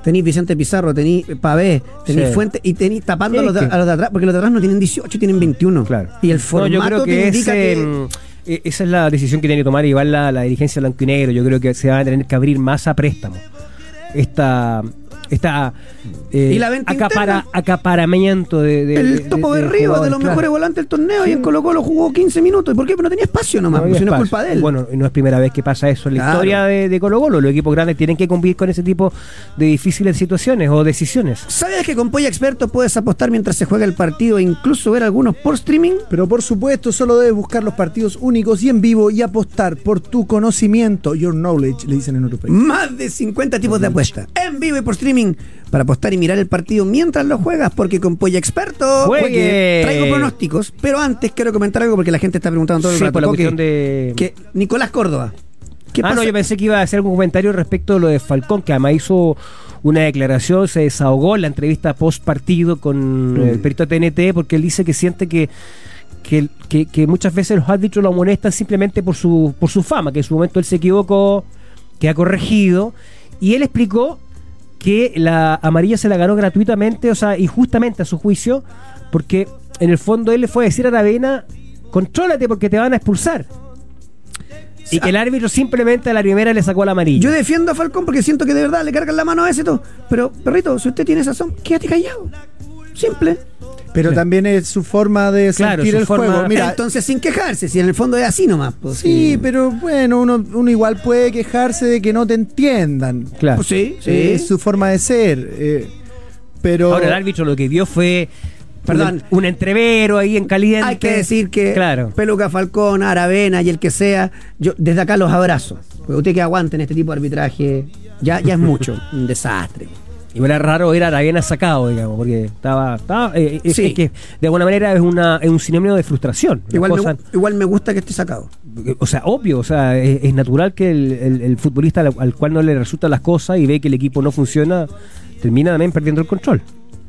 A: tenéis Vicente Pizarro, tenéis Pavé, tenéis
B: Sí.
A: Fuente y tenéis tapando a
B: Es
A: los, de,
B: que-
A: a los de atrás, porque los de atrás no tienen 18, tienen 21.
B: Claro.
A: Y el
B: No,
A: formato
B: yo creo
A: te
B: que,
A: indica
B: ese,
A: que.
B: mm, e- esa es la decisión que tiene que tomar y va la, la dirigencia blanco y negro. Yo creo que se va a tener que abrir más a préstamo. Esta. esta eh,
A: ¿Y la venta
B: acapara-
A: interna?
B: acaparamiento de, de- de-
A: El topo de, Rivas, de los
B: jugadores, claro.
A: mejores volantes del torneo, y en Colo Colo jugó 15 minutos. ¿Y por qué? Porque no tenía espacio nomás,
B: había
A: porque si no es
B: espacio.
A: culpa de él.
B: Bueno, no es primera vez que pasa eso en la
A: Claro.
B: historia de, de Colo Colo. Los equipos grandes tienen que convivir con ese tipo de difíciles situaciones o decisiones.
A: ¿Sabías que con Polla Experto puedes apostar mientras se juega el partido e incluso ver algunos por streaming?
C: Pero por supuesto, solo debes buscar los partidos únicos y en vivo y apostar por tu conocimiento, your knowledge, le dicen en otro
B: Mm.
C: país.
A: Más de 50 tipos de apuestas en vivo y por streaming para apostar y mirar el partido mientras lo juegas, porque con Polla Experto
B: ¡Juegue!
A: Oye, traigo pronósticos, pero antes quiero comentar algo porque la gente está preguntando todo el
B: Sí,
A: rato.
B: por la
A: Coque,
B: cuestión de...
A: que Nicolás Córdoba. ¿Qué
B: ah,
A: pasa?
B: no, yo pensé que iba a hacer algún comentario respecto de lo de Falcón, que además hizo una declaración, se desahogó en la entrevista post partido con
A: Mm.
B: eh, el perito TNT, porque él dice que siente que, que, que- que muchas veces los árbitros lo amonestan simplemente por su, por su fama, que en su momento él se equivocó, que ha corregido, y él explicó que la amarilla se la ganó gratuitamente, o sea, injustamente a su juicio, porque en el fondo él le fue a decir a Aravena, contrólate porque te van a expulsar. Y que el árbitro simplemente a la primera le sacó la amarilla.
A: Yo defiendo a Falcón porque siento que de verdad le cargan la mano a ese todo. Pero, perrito, si usted tiene sazón, quédate callado. Simple.
C: Pero también es su forma de
B: Claro,
C: sentir
B: su
C: el
B: forma-
C: juego. Mira,
A: Entonces, sin quejarse, si en el fondo es así nomás. pues,
C: sí, pero bueno, uno, uno igual puede quejarse de que no te entiendan.
B: claro.
A: Pues sí, sí.
C: Eh, Es su forma de ser. eh, pero
B: Ahora el árbitro lo que vio fue
A: Perdón.
B: un, un entrevero ahí en caliente.
A: Hay que decir que
B: Claro.
A: Peluca Falcón, Aravena y el que sea, yo desde acá los abrazo. Porque ustedes que aguanten este tipo de arbitraje, ya, ya es mucho. un desastre.
B: Igual era raro ver a Aravena sacado, digamos, porque estaba. estaba eh, es,
A: Sí.
B: es que de alguna manera es, una, es un sinónimo de frustración. Una
A: Igual,
B: cosa-
A: me, igual me gusta que esté sacado.
B: o sea, obvio, o sea, es, es natural que el, el- el futbolista al, al cual no le resultan las cosas y ve que el equipo no funciona, termina también perdiendo el control.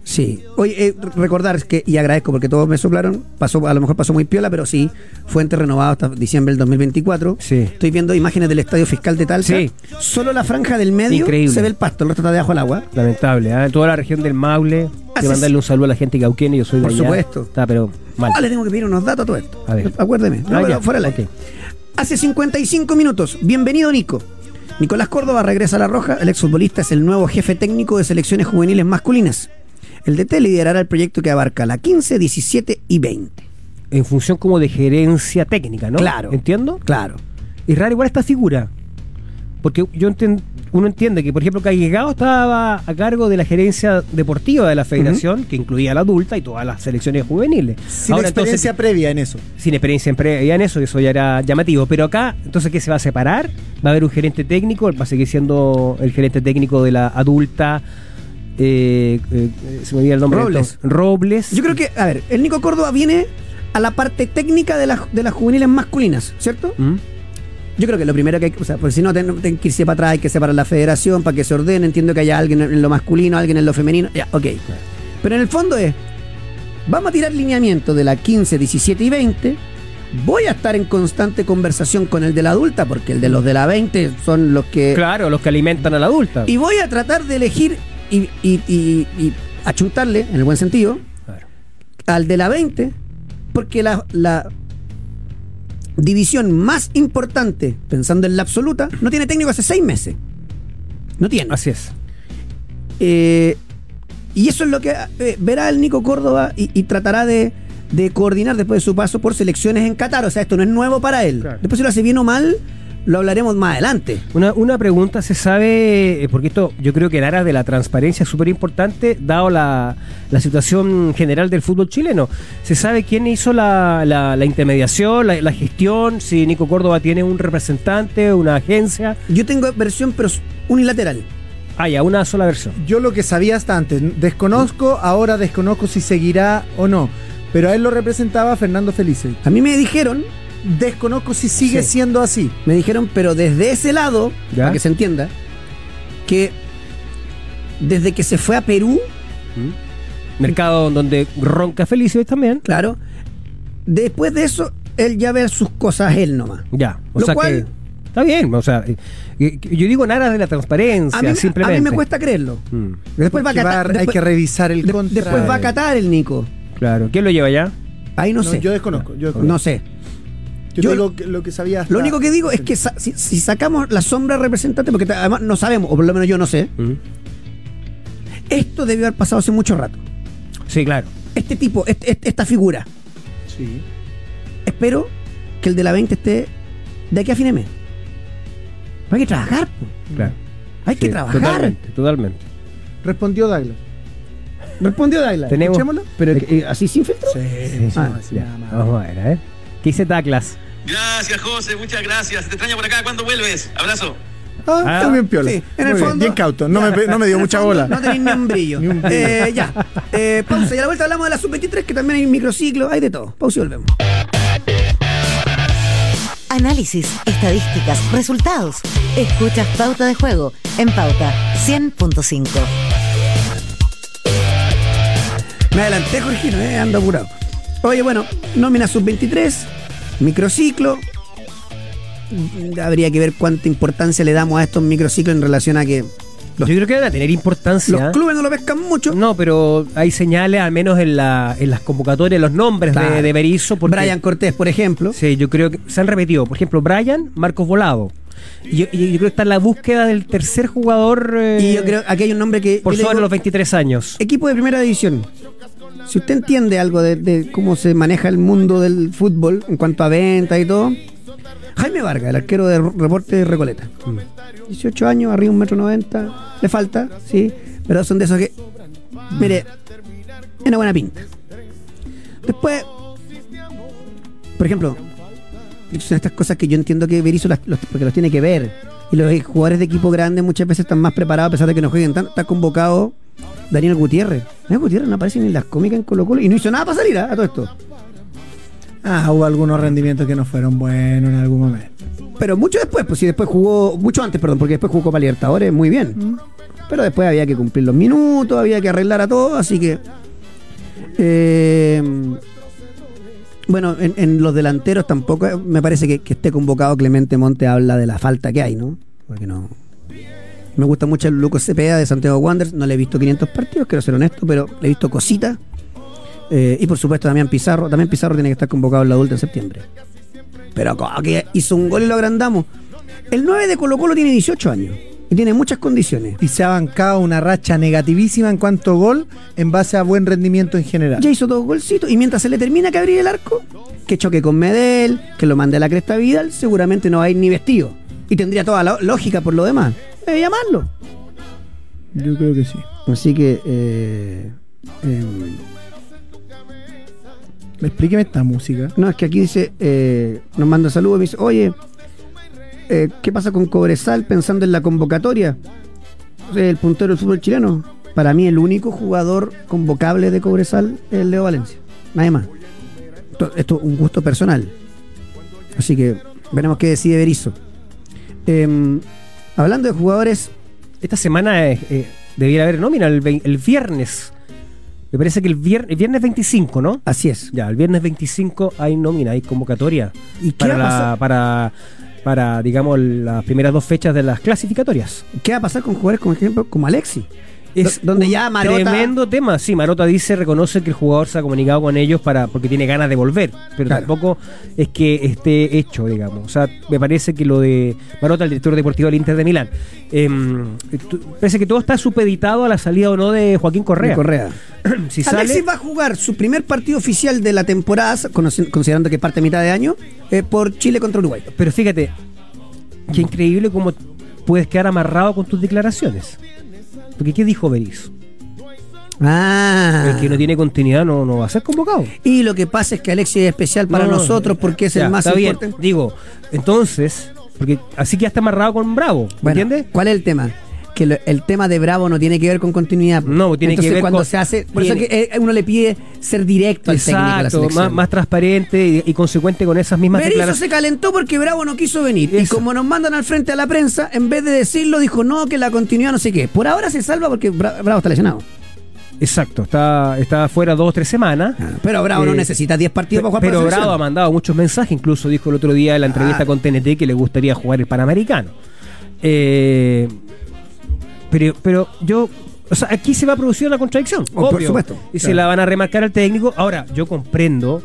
A: Sí. Oye, eh, recordar que, y agradezco porque todos me soplaron, pasó, a lo mejor pasó muy piola, pero sí, Fuente renovado hasta diciembre del 2024.
B: Sí.
A: Estoy viendo imágenes del estadio fiscal de Talca.
B: Sí.
A: Solo la franja del medio
B: Increíble.
A: se ve el pasto, el resto está debajo del agua.
B: Lamentable, ¿eh? en toda la región del Maule.
A: Así
B: Que
A: es.
B: mandarle un saludo a la gente cauqueña, yo soy de
A: Por
B: allá.
A: supuesto.
B: Está, pero mal.
A: Ah, le tengo que pedir unos datos a todo esto.
B: A ver.
A: Acuérdeme. No,
B: Ah,
A: pero
B: ya.
A: fuera del aire.
B: Ok.
A: Hace 55 minutos. Bienvenido, Nico. Nicolás Córdoba regresa a La Roja. El exfutbolista es el nuevo jefe técnico de selecciones juveniles masculinas. El DT liderará el proyecto que abarca la 15, 17 y 20.
B: En función como de gerencia técnica, ¿no?
A: Claro.
B: ¿Entiendo?
A: Claro.
B: Es raro igual esta figura. Porque yo enten- uno entiende que, por ejemplo, Callegado estaba a cargo de la gerencia deportiva de la federación, que incluía a la adulta y todas las selecciones juveniles.
C: sin experiencia previa en eso.
B: sin experiencia en previa en eso, eso ya era llamativo. Pero acá, entonces, ¿qué se va a separar? ¿Va a haber un gerente técnico? ¿Va a seguir siendo el gerente técnico de la adulta? Eh, eh, eh, se me olvida el nombre.
A: Robles.
B: Entonces, Robles.
A: Yo creo que, a ver, el Nico Córdoba viene a la parte técnica de, las de las juveniles masculinas, ¿cierto?
B: ¿Mm?
A: Yo creo que lo primero que hay que, o sea, porque si no, ten- tienen que irse para atrás, hay que separar la federación para que se ordene. Entiendo que haya alguien en lo masculino, alguien en lo femenino. Ya, ok. Pero en el fondo es, Vamos a tirar lineamientos de la 15, 17 y 20. Voy a estar en constante conversación con el de la adulta, porque el de los de la 20 son los que...
B: Claro, los que alimentan a la adulta.
A: Y voy a tratar de elegir y, y, y- y achuntarle, en el buen sentido,
B: Claro.
A: al de la 20, porque la, la división más importante, pensando en la absoluta, no tiene técnico hace seis meses. No tiene.
B: Así es.
A: Eh, y eso es lo que eh, verá el Nico Córdoba y, y tratará de, de coordinar después de su paso por selecciones en Qatar. O sea, esto no es nuevo para él.
B: Claro.
A: Después si lo hace bien o mal, lo hablaremos más adelante.
B: Una, una pregunta se sabe, eh, porque esto yo creo que en aras de la transparencia es súper importante, dado la, la situación general del fútbol chileno. ¿Se sabe quién hizo la, la- la intermediación, la, la gestión? Si Nico Córdoba tiene un representante, una agencia.
A: Yo tengo versión pero unilateral.
B: Ah, ya, una sola versión.
C: Yo lo que sabía hasta antes, desconozco, ahora desconozco si seguirá o no. Pero a él lo representaba Fernando Felice.
A: A mí me dijeron,
C: Desconozco si sigue
A: Sí.
C: siendo así.
A: me dijeron, pero desde ese lado,
B: Ya.
A: para que se entienda, que desde que se fue a Perú,
B: Mercado donde ronca Felicio también.
A: claro, después de eso, él ya ve sus cosas él nomás.
B: Ya, o
A: Lo
B: sea
A: cual-
B: que. Está bien, o sea, eh, eh, yo digo en aras de la transparencia,
A: A mí, a
B: simplemente.
A: mí me cuesta creerlo.
B: Mm,
A: Después va a
C: Porque
A: Qatar.
C: hay
A: después-
C: que revisar el
A: De-
C: contrato.
A: después va a Qatar el Nico.
B: claro. ¿Quién lo lleva ya?
A: Ahí no,
C: No,
A: sé.
C: Yo desconozco. Yo, desconozco.
A: No sé.
C: Yo
A: yo-
C: te digo que- lo que sabía. hasta-
A: Lo único que digo es que sa- si, si sacamos la sombra representante, porque ta- además no sabemos, o por lo menos yo no sé, esto debió haber pasado hace mucho rato.
B: Sí, claro.
A: Este tipo, este- este- esta figura.
C: Sí.
A: Espero que el de la 20 esté de aquí a fin de mes. Pero Hay que trabajar, po.
B: claro.
A: hay que
B: Sí,
A: trabajar.
B: Totalmente, totalmente.
C: Respondió Douglas. Respondió Douglas.
B: Tenemos-
C: Escuchémoslo.
A: Pero eh, así sin filtro.
C: Sí,
A: Ah,
C: no, sí,
B: Ya,
C: nada más.
B: vamos a ver, a ver. ¿Qué dice Taclas?
E: Gracias, José, muchas gracias. Te extraño por acá. ¿Cuándo vuelves? Abrazo.
C: Ah,
B: Ah,
C: está bien piola.
A: sí, en el
C: Muy bien,
A: fondo-
C: bien cauto. No, me, no me dio mucha bola.
A: No tenéis ni un brillo.
C: Ni un brillo.
A: Eh, ya. Eh, pausa y a la vuelta hablamos de la sub-23, que también hay microciclo, hay de todo. Pausa y volvemos.
F: Análisis, estadísticas, resultados. Escuchas Pauta de Juego en Pauta 100.5.
A: Me adelanté, Jorgino, eh, ando apurado. Oye, bueno, nómina sub-23, microciclo. Mm, Habría que ver cuánta importancia le damos a estos microciclos en relación a que Los-
B: Yo creo que van a tener importancia.
A: los clubes no lo pescan mucho.
B: ¿eh? No, pero hay señales, al menos en, la, en las convocatorias, los nombres
A: Claro.
B: de, de Berizzo. porque-
A: Brian Cortés, por ejemplo.
B: Sí, yo creo que se han repetido. Por ejemplo, Brian, Marcos Volado. Y yo, y yo creo que está en la búsqueda del tercer jugador eh,
A: Y yo creo aquí hay un nombre que.
B: por
A: yo le
B: sobre
A: digo,
B: los 23 años.
A: Equipo de primera división. Si usted entiende algo de, de cómo se maneja el mundo del fútbol en cuanto a venta y todo, Jaime Vargas, el arquero de reporte de Recoleta.
B: Mm.
A: 18 años, arriba un metro 90, le falta, sí, pero son de esos que, mire, es una buena pinta. Después, por ejemplo, son estas cosas que yo entiendo que Berizzo las, los- porque los tiene que ver. Y los eh, jugadores de equipo grande muchas veces están más preparados a pesar de que no jueguen tanto. Está convocado Daniel Gutiérrez. Daniel Gutiérrez no aparece ni en las cómicas en Colo Colo y no hizo nada para salir ¿ah? a todo esto.
C: Ah, hubo algunos rendimientos que no fueron buenos en algún momento.
A: Pero mucho después, pues sí, después jugó, mucho antes, perdón, porque después jugó Copa Libertadores muy bien. Pero después había que cumplir los minutos, había que arreglar a todo, así que. eh, bueno, en, en los delanteros tampoco eh, me parece que, que esté convocado Clemente Monte habla de la falta que hay, ¿no? Porque no. Me gusta mucho el Luco Cepeda de Santiago Wanderers, no le he visto 500 partidos, quiero ser honesto, pero le he visto cositas. Eh, y por supuesto también Pizarro, también Pizarro tiene que estar convocado en la adulta en septiembre. Pero como que hizo un gol y lo agrandamos. El 9 de Colo Colo tiene 18 años y tiene muchas condiciones.
C: Y se ha bancado una racha negativísima en cuanto a gol en base a buen rendimiento en general.
A: Ya hizo dos golcitos y mientras se le termina que abrir el arco, que choque con Medel, que lo mande a la cresta Vidal, seguramente no va a ir ni vestido. Y tendría toda la lógica por lo demás. Debe llamarlo.
C: Yo creo que sí.
A: Así que... eh, em,
C: Explíqueme esta música.
A: No, es que aquí dice, eh, nos manda saludos y me dice, oye, eh, ¿qué pasa con Cobresal pensando en la convocatoria? El puntero del fútbol chileno. Para mí el único jugador convocable de Cobresal es Leo Valencia. Nadie más. Esto, esto es un gusto personal. Así que veremos qué decide Berizzo. Em, hablando de jugadores
B: Esta semana eh, eh, debiera haber nómina el, vein- el viernes. Me parece que el, vier- el viernes 25, ¿no?
A: Así es.
B: Ya, el viernes 25 hay nómina, hay convocatoria.
A: ¿Y qué
B: para,
A: va a
B: la-
A: pasar?
B: para, para, digamos, las primeras dos fechas de las clasificatorias.
A: ¿Qué va a pasar con jugadores como ejemplo como Alexi?
B: Es
A: Do- donde
B: un
A: ya Marota-
B: Tremendo tema. Sí, Marota dice, reconoce que el jugador se ha comunicado con ellos para porque tiene ganas de volver. Pero
A: Claro.
B: tampoco es que esté hecho, digamos. O sea, me parece que lo de Marota, el director deportivo del Inter de Milán, em, tu- parece que todo está supeditado a la salida o no de Joaquín Correa.
A: Correa.
B: Si sale,
A: Alexis va a jugar su primer partido oficial de la temporada, conoci- considerando que parte a mitad de año, eh, por Chile contra Uruguay.
B: Pero fíjate,
A: Mm.
B: qué increíble cómo puedes quedar amarrado con tus declaraciones. Porque ¿qué dijo Berizzo?
A: Ah.
B: El que no tiene continuidad no, no va a ser convocado.
A: Y lo que pasa es que Alexis es especial para
B: No, eh,
A: nosotros porque es
B: ya,
A: el más
B: está bien.
A: importante.
B: Digo, entonces, porque así que ya está amarrado con Bravo, ¿me
A: Bueno,
B: entiendes?
A: ¿Cuál es el tema? Que lo- el tema de Bravo no tiene que ver con continuidad.
B: No, tiene que
A: Entonces,
B: ver
A: cuando
B: con-
A: se hace, por eso
B: tiene-
A: que eh, uno le pide ser directo al técnico de la
B: Exacto,
A: selección.
B: más, más transparente y, y consecuente con esas mismas
A: Berizzo
B: declaraciones.
A: se calentó porque Bravo no quiso venir. Y
B: Eso.
A: como nos mandan al frente a la prensa, en vez de decirlo, dijo no, que la continuidad no sé qué. Por ahora se salva porque Bra- Bravo está lesionado.
B: Exacto, está, está fuera dos o tres semanas.
A: Pero Bravo no
B: Eh,
A: necesita 10 partidos
B: Pe-
A: para jugar
B: Pero
A: para la
B: Bravo ha
A: selección.
B: mandado muchos mensajes, incluso dijo el otro día en la entrevista
A: Claro.
B: con TNT que le gustaría jugar el Panamericano. Eh, pero, pero yo, o sea, aquí se va a producir una contradicción,
A: Oh, por
B: obvio,
A: supuesto,
B: y se
A: claro.
B: la van a remarcar al técnico. Ahora, yo comprendo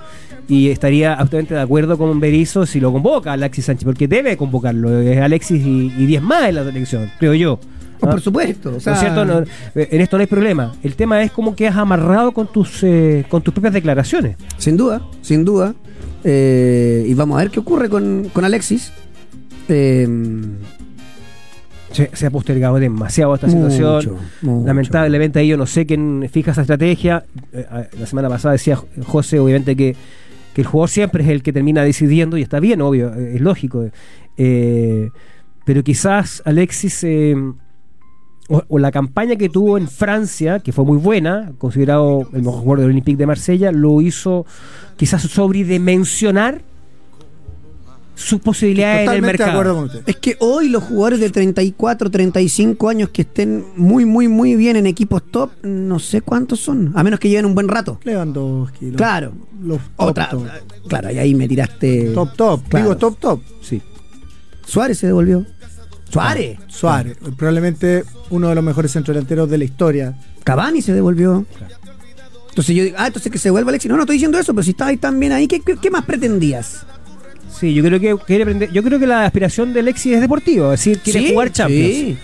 B: y estaría absolutamente de acuerdo con Berizzo si lo convoca Alexis Sánchez, porque debe convocarlo, es Alexis y, y 10 más en la selección, creo yo.
A: Oh,
B: ¿Ah?
A: por supuesto. o
B: ¿No es
A: sea,
B: cierto? No, eh, en esto no hay problema. El tema es cómo quedas amarrado con tus eh, con tus propias declaraciones.
A: Sin duda, sin duda. Eh, y vamos a ver qué ocurre con, con Alexis. Eh,
B: se, se ha postergado demasiado esta
A: Mucho,
B: situación.
A: mucho.
B: Lamentablemente ahí yo no sé quién fija esa estrategia. Eh, eh, la semana pasada decía Jo- José, obviamente, que, que el jugador siempre es el que termina decidiendo y está bien, obvio, eh, es lógico. Eh, pero quizás Alexis... eh, o, o la campaña que tuvo en Francia, que fue muy buena, considerado el mejor jugador del Olympique de Marsella, lo hizo quizás sobredimensionar sus posibilidades en el
C: Totalmente de
B: mercado.
C: acuerdo con usted.
A: es que hoy los jugadores de 34, 35 años que estén muy, muy, muy bien en equipos top, no sé cuántos son. A menos que lleven un buen rato.
C: Lewandowski. los-
A: Claro.
C: Los top,
A: Otra.
C: top.
A: Claro, y ahí me tiraste.
C: Top, top.
A: Claro.
C: Digo top, top.
B: Sí.
A: Suárez se devolvió. Suárez.
B: Ah,
C: Suárez, probablemente uno de los mejores centrodelanteros de la historia.
A: Cavani se devolvió. Entonces yo digo, ah, entonces que se vuelva Alexis. No, no estoy diciendo eso, pero si estabas tan bien ahí, ¿qué, qué- qué más pretendías?
B: Sí, yo creo que quiere prender- yo creo que la aspiración de Alexis es deportiva, es decir, quiere
A: Sí,
B: jugar Champions
A: sí.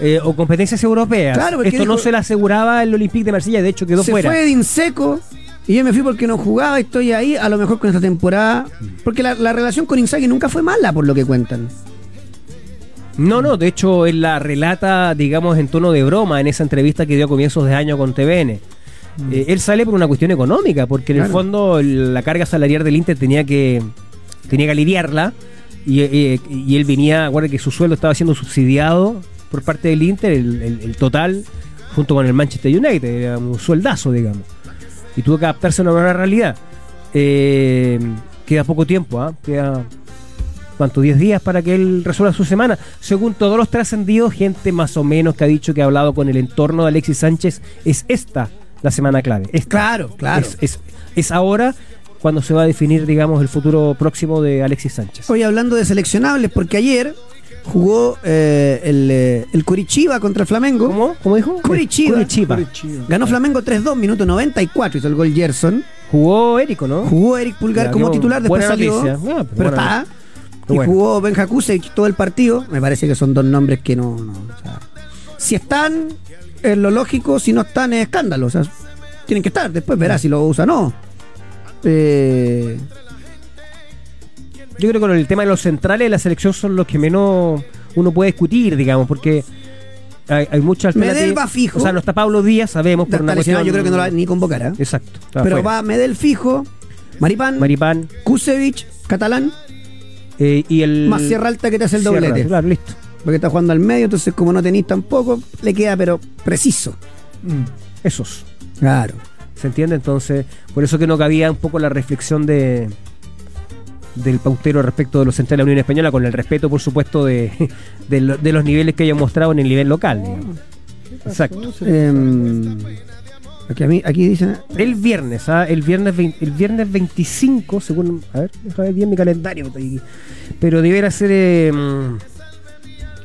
B: eh, o competencias europeas.
A: Claro, porque
B: Esto no
A: dijo-
B: se lo aseguraba el Olympique de Marsella, de hecho quedó
A: se
B: fuera.
A: fue de Inseco y yo me fui porque no jugaba y estoy ahí, a lo mejor con esta temporada. Porque la, la relación con Inzaghi nunca fue mala, por lo que cuentan.
B: No, no, de hecho él la relata, digamos, en tono de broma en esa entrevista que dio a comienzos de año con TVN. Eh, él sale por una cuestión económica, porque en el
A: Claro.
B: fondo el- la carga salarial del Inter tenía que tenía que aliviarla y, eh, y él venía, acuérdate que su sueldo estaba siendo subsidiado por parte del Inter, el, el- el total, junto con el Manchester United, era un sueldazo, digamos. Y tuvo que adaptarse a una nueva realidad. Eh, queda poco tiempo, ¿ah? Queda ¿Cuánto? 10 días para que él resuelva su semana. Según todos los trascendidos, gente más o menos que ha dicho que ha hablado con el entorno de Alexis Sánchez, es esta la semana clave. Esta.
A: Claro, claro.
B: Es, es- es ahora cuando se va a definir, digamos, el futuro próximo de Alexis Sánchez.
A: Hoy hablando de seleccionables, porque ayer jugó eh, el, eh, el Curitiba contra el Flamengo.
B: ¿Cómo? ¿Cómo dijo? Eh,
A: Curitiba.
B: Curitiba.
A: Ganó Flamengo 3-2, minuto 94, hizo el gol Gerson.
B: Jugó Érico, ¿no?
A: Jugó Eric Pulgar
B: Ya,
A: como
B: qué
A: titular, después
B: buena
A: salió.
B: noticia. Ah, pues,
A: pero
B: buena
A: está.
B: noticia.
A: Y
B: Bueno.
A: jugó Ben Hakusevich todo el partido. Me parece que son dos nombres que no. no, o sea, si están, es lo lógico. Si no están, es escándalo. O sea, tienen que estar. Después verás si lo usa o no. Eh,
B: Yo creo que con el tema de los centrales de la selección son los que menos uno puede discutir, digamos, porque hay, hay muchas
A: Medel
B: alternativas.
A: va fijo.
B: O sea, no está Pablo Díaz, sabemos, por
A: está
B: una
A: lesionado,
B: cuestión...
A: yo creo que no lo va a ni convocar. ¿ah?
B: Exacto. está
A: Pero
B: afuera.
A: va Medel fijo, Maripán,
B: Maripán
A: Kusevich, Catalán,
B: eh, y el.
A: más Sierra Alta que te hace el
B: Sierra,
A: doblete.
B: Claro, listo.
A: Porque está jugando al medio, entonces como no tenéis tampoco, le queda pero preciso.
C: Mm.
B: Esos.
A: Claro.
B: ¿Se entiende? Entonces, por eso que no cabía un poco la reflexión de del pautero respecto de los centrales de la Unión Española, con el respeto, por supuesto, de, de, lo- de los niveles que hayan mostrado en el nivel local. digamos. Exacto.
A: Em, Aquí, a mí, aquí dicen.
B: El viernes, ¿ah? el, viernes vein- el viernes 25, según. A ver, déjame ver bien mi calendario. puta, y- Pero debiera ser. eh, mm,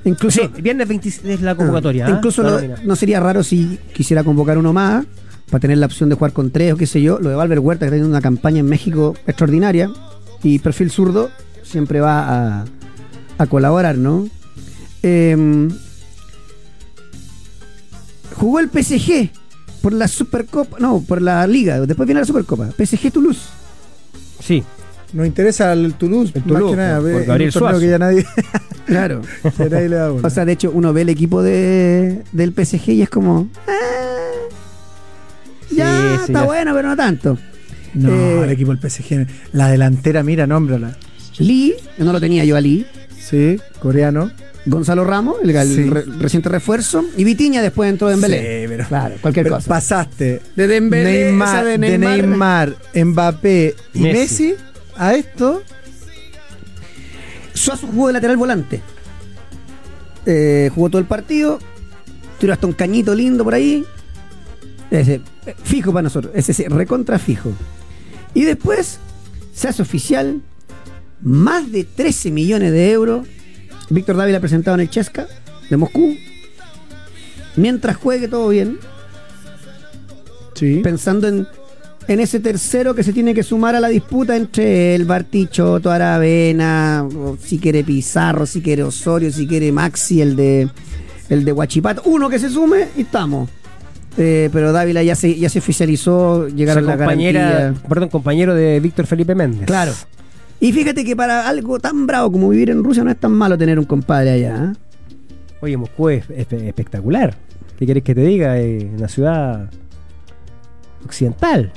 A: Incluso.
B: sí, viernes 26 es la convocatoria. ¿ah?
A: Incluso
B: La
A: lo-
B: nómina.
A: no sería raro si quisiera convocar uno más para tener la opción de jugar con tres o qué sé yo. Lo de Valver Huerta que está teniendo una campaña en México extraordinaria y perfil zurdo siempre va a, a colaborar, ¿no? Em, jugó el PSG por la Supercopa, no, por la Liga. Después viene la Supercopa. PSG Toulouse.
B: Sí,
C: Nos interesa el Toulouse,
B: El Toulouse,
C: más que nada,
B: por-
C: ve,
B: por
C: en
B: Gabriel
C: un torneo
B: Suazo.
C: que ya nadie,
A: Claro.
C: que nadie le da bola.
A: O sea, de hecho, uno ve el equipo de, del PSG y es como. "Ah, ya,
B: Sí, sí,
A: está
B: ya.
A: bueno, pero no tanto.
C: no,
A: eh,
C: el equipo del PSG, la delantera, mira, nómbrala.
A: Lee, no lo tenía yo a Lee.
C: Sí, coreano.
A: Gonzalo Ramos, el, el
C: Sí.
A: re- reciente refuerzo. Y Vitiña después entró de Belén.
C: Sí, pero-
A: Claro, cualquier
C: Pero
A: cosa.
C: Pasaste
A: De Dembélé, esa
C: Neymar,
A: de
C: de,
A: Neymar.
C: Neymar. Mbappé y
B: Messi.
C: Messi. a esto.
A: Suazo jugó de lateral volante. Eh, jugó todo el partido. Tiró hasta un cañito lindo por ahí. Ese, eh, fijo para nosotros. Ese sí, recontra fijo. Y después se hace oficial más de 13 millones de euros. Víctor Dávila presentado en el Chesca de Moscú. Mientras juegue todo bien.
C: Sí.
A: Pensando en, en ese tercero que se tiene que sumar a la disputa entre el Bartichotto, Aravena, o si quiere Pizarro, si quiere Osorio, si quiere Maxi, el de el de Huachipato. Uno que se sume y estamos. Eh, pero Dávila ya se, ya se oficializó, llegaron
B: Esa
A: la
B: compañera,
A: garantía.
B: perdón, compañero de Víctor Felipe Méndez.
A: Claro. Y fíjate que para algo tan bravo como vivir en Rusia no es tan malo tener un compadre allá. ¿eh?
B: Oye, Moscú es, es- es espectacular. ¿Qué querés que te diga? Eh, una ciudad occidental.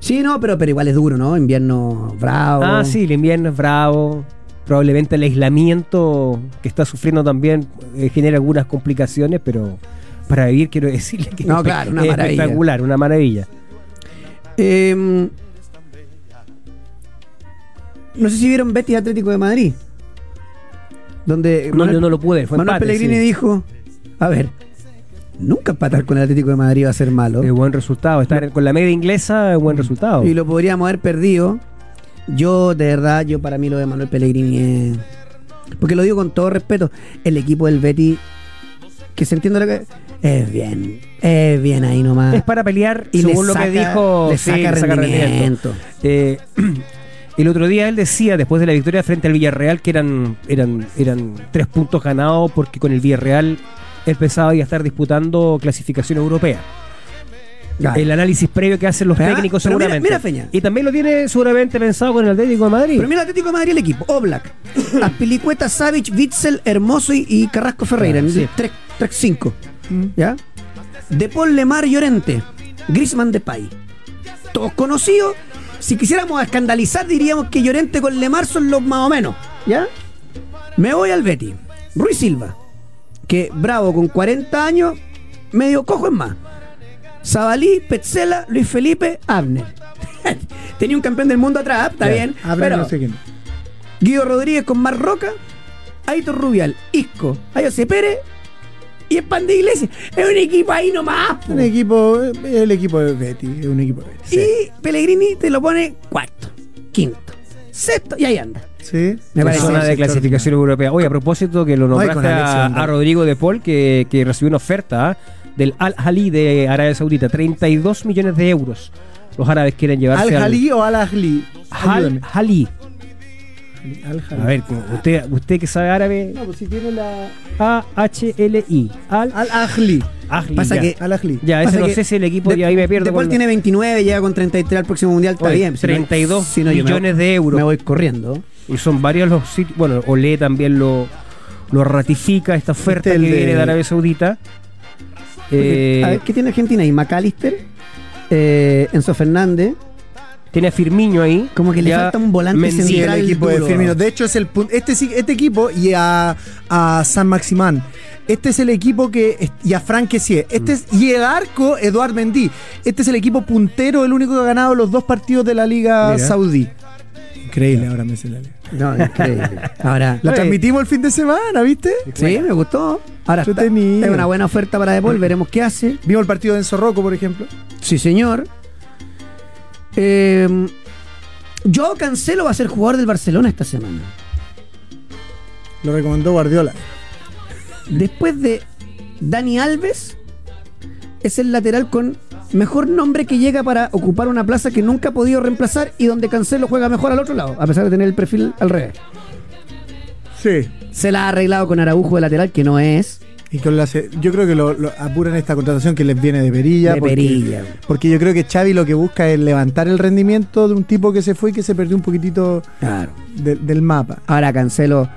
A: Sí, no, pero, pero igual es duro, ¿no? Invierno bravo.
B: Ah, sí, el invierno es bravo. Probablemente el aislamiento que está sufriendo también eh, genera algunas complicaciones, pero para vivir quiero decirle que
A: No,
B: es
A: claro, una
B: es
A: maravilla.
B: espectacular, una maravilla.
A: Eh, no sé si vieron Betis Atlético de Madrid. Donde
B: No, yo no lo pude, fue
A: Manuel
B: empate,
A: Pellegrini
B: sí.
A: dijo: A ver, nunca empatar con el Atlético de Madrid va a ser malo.
B: Es buen resultado. Estar con la media inglesa es buen resultado.
A: Mm. Y lo podríamos haber perdido. Yo, de verdad, yo para mí lo de Manuel Pellegrini es. Porque lo digo con todo respeto. El equipo del Betis, que se entiende lo que. Es bien. Es bien ahí nomás.
B: Es para pelear,
A: Y le
B: según lo
A: saca-
B: que dijo.
A: le
B: sí,
A: saca rendimiento.
B: Eh, el otro día él decía, después de la victoria frente al Villarreal, que eran, eran, eran tres puntos ganados porque con el Villarreal él pensaba ya estar disputando clasificación europea.
A: Claro.
B: El análisis previo que hacen los
A: Ah,
B: técnicos
A: pero mira-
B: seguramente.
A: mira, Feña.
B: Y también lo tiene seguramente pensado con el Atlético de Madrid.
A: Primero Atlético de Madrid el equipo. Oblak, Aspilicueta, Savic, Witzel, Hermoso y, y Carrasco Ferreira.
B: Claro, sí.
A: 3-5.
C: Mm.
A: ¿Ya? De Paul Lemar Llorente. Grisman Depay. Todos conocidos. Si quisiéramos escandalizar, diríamos que Llorente con Lemar son los más o menos. ¿Ya? Me voy al Betty. Ruiz Silva. Que bravo con 40 años, medio cojo es más. Zabalí, Petzela, Luis Felipe, Abner. Tenía un campeón del mundo atrás, está
C: Ya,
A: bien.
C: abre
A: pero-
C: no sé quién.
A: Guido Rodríguez con Mar Roca, Aitor Rubial, Isco, Ayose Pérez y Pan de Iglesias. Es un equipo ahí nomás. po.
C: Un equipo, el equipo de Betty, es un equipo de Betty.
A: Y Pellegrini te lo pone cuarto, quinto, sexto y ahí anda.
C: Sí.
A: Me
B: En
A: parece
B: zona de
A: extraordinario.
B: clasificación europea. Oye, a propósito que lo
C: Ay, con
B: nombraste a,
C: Alexander.
B: a Rodrigo de Paul, que, que recibió una oferta ¿ah? del Al Jalí de Arabia Saudita, 32 millones de euros. Los árabes quieren llevarse
C: ¿Al Jalí o Al Ajli?
B: Al
C: Ayúdame.
B: Jalí.
C: Al Jalí.
B: A ver, como usted, usted que sabe árabe,
C: No, pues si tiene la.
B: A-H-L-I. Al
C: Al Ajli.
B: Ajli,
A: pasa
B: ya.
A: que-
C: Al Ajli.
B: Ya, ese
A: Pasa
B: no
A: que
B: sé si el equipo,
A: de-
B: y ahí me pierdo.
A: De Paul
B: con-
A: tiene 29, llega con 33 al próximo mundial, está
B: Oye,
A: bien. Si no-
B: 32
A: si no, yo me-
B: millones de euros.
A: Me voy corriendo.
B: Y son varios los sitios. Bueno, Olé también lo, lo ratifica, esta oferta
C: Este el
B: que
C: de-
B: viene de Arabia Saudita.
A: Porque,
B: Eh,
A: a ver, ¿qué tiene Argentina ahí? McAllister, eh, Enzo Fernández.
B: tiene a Firmiño ahí.
A: Como que le
B: Ya
A: falta un volante
B: Mendy.
C: Sí, el
A: Central
C: equipo
A: duro.
C: de Firmino. De hecho, es el pun- este, sí- este equipo y a, a San Maximán. Este es el equipo que. es- Y a Frank Kessié. Este es, y el arco, Eduard Mendy. Este es el equipo puntero, el único que ha ganado los dos partidos de la Liga
B: Mira.
C: Saudí.
D: Increíble ahora me se la leo.
A: No, increíble. Ahora,
C: La
B: Oye.
C: transmitimos el fin de semana, ¿viste?
A: sí, me gustó. Ahora,
C: Yo
A: está-
C: tenía.
A: es una buena oferta para Depol, veremos qué hace.
C: Vimos el partido de Enzo Rocco, por ejemplo.
A: Sí, señor. Eh, yo Cancelo va a ser jugador del Barcelona esta semana.
D: Lo recomendó Guardiola.
A: Después de Dani Alves, es el lateral con mejor nombre que llega para ocupar una plaza que nunca ha podido reemplazar y donde Cancelo juega mejor al otro lado, a pesar de tener el perfil al revés.
D: Sí.
A: Se la ha arreglado con Araujo de lateral, que no es.
D: Y con la se- yo creo que lo, lo apuran esta contratación que les viene de perilla.
A: De
D: porque-
A: perilla.
D: Porque yo creo que Xavi lo que busca es levantar el rendimiento de un tipo que se fue y que se perdió un poquitito
A: Claro.
D: de- del mapa.
A: Ahora Cancelo,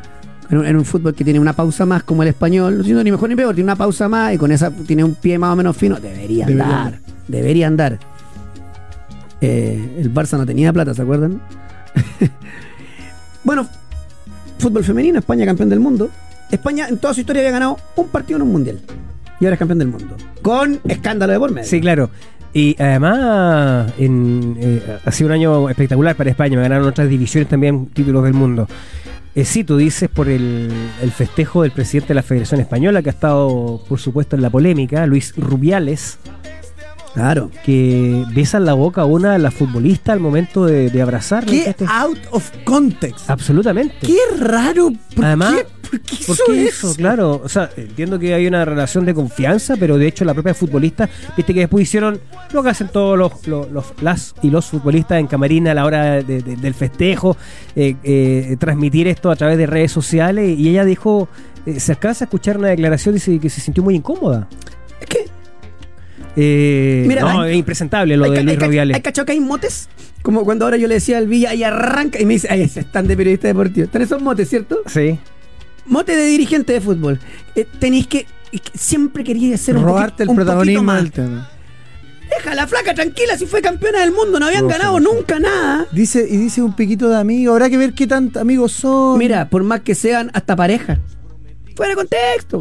A: en un, en un fútbol que tiene una pausa más como el español, no siendo ni mejor ni peor, tiene una pausa más y con esa tiene un pie más o menos fino, debería andar.
D: Debería
A: Debería andar.
D: andar.
A: Eh, el Barça no tenía plata, ¿se acuerdan? bueno, fútbol femenino, España campeón del mundo. España en toda su historia había ganado un partido en un mundial. Y ahora es campeón del mundo. Con escándalo de por medio.
B: Sí, claro. Y además en, eh, ha sido un año espectacular para España. Me ganaron otras divisiones también, títulos del mundo. Eh, sí, tú dices por el, el festejo del presidente de la Federación Española, que ha estado, por supuesto, en la polémica, Luis Rubiales,
A: Claro.
B: que besa en la boca a una de las futbolistas al momento de, de abrazarla.
C: Qué
B: Este-
C: out of context.
B: Absolutamente.
C: Qué raro. ¿Por
B: Además,
C: qué, por qué
B: ¿Por
C: hizo
B: qué
C: eso?
B: eso? Claro, o sea, entiendo que hay una relación de confianza, pero de hecho la propia futbolista, viste que después hicieron lo que hacen todos los, los- los- las y los futbolistas en camarina a la hora de- de- del festejo, eh, eh, transmitir esto a través de redes sociales y ella dijo, eh, se alcanza a escuchar una declaración dice que se sintió muy incómoda.
A: Es que
B: Eh,
A: Mira,
B: no,
A: hay-
B: es impresentable lo
A: Hay
B: de
A: ca-
B: Luis
A: hay ca-
B: Rubiales.
A: Hay cachado que hay motes. Como cuando ahora yo le decía al Villa y arranca y me dice, ay, ese están de periodista deportivo. Están esos motes, ¿cierto?
B: Sí.
A: Mote de dirigente de fútbol. Eh, tenéis que. es que Siempre quería ser un poquito-
D: Robarte el
A: un poquito
D: protagonismo
A: más.
D: del tema.
A: Deja la flaca tranquila si fue campeona del mundo. No habían
D: No,
A: ganado
D: sí, sí.
A: nunca nada.
D: Dice, y dice un piquito de amigo. Habrá que ver qué tanto amigos son.
A: Mira, por más que sean hasta pareja. Fuera de contexto.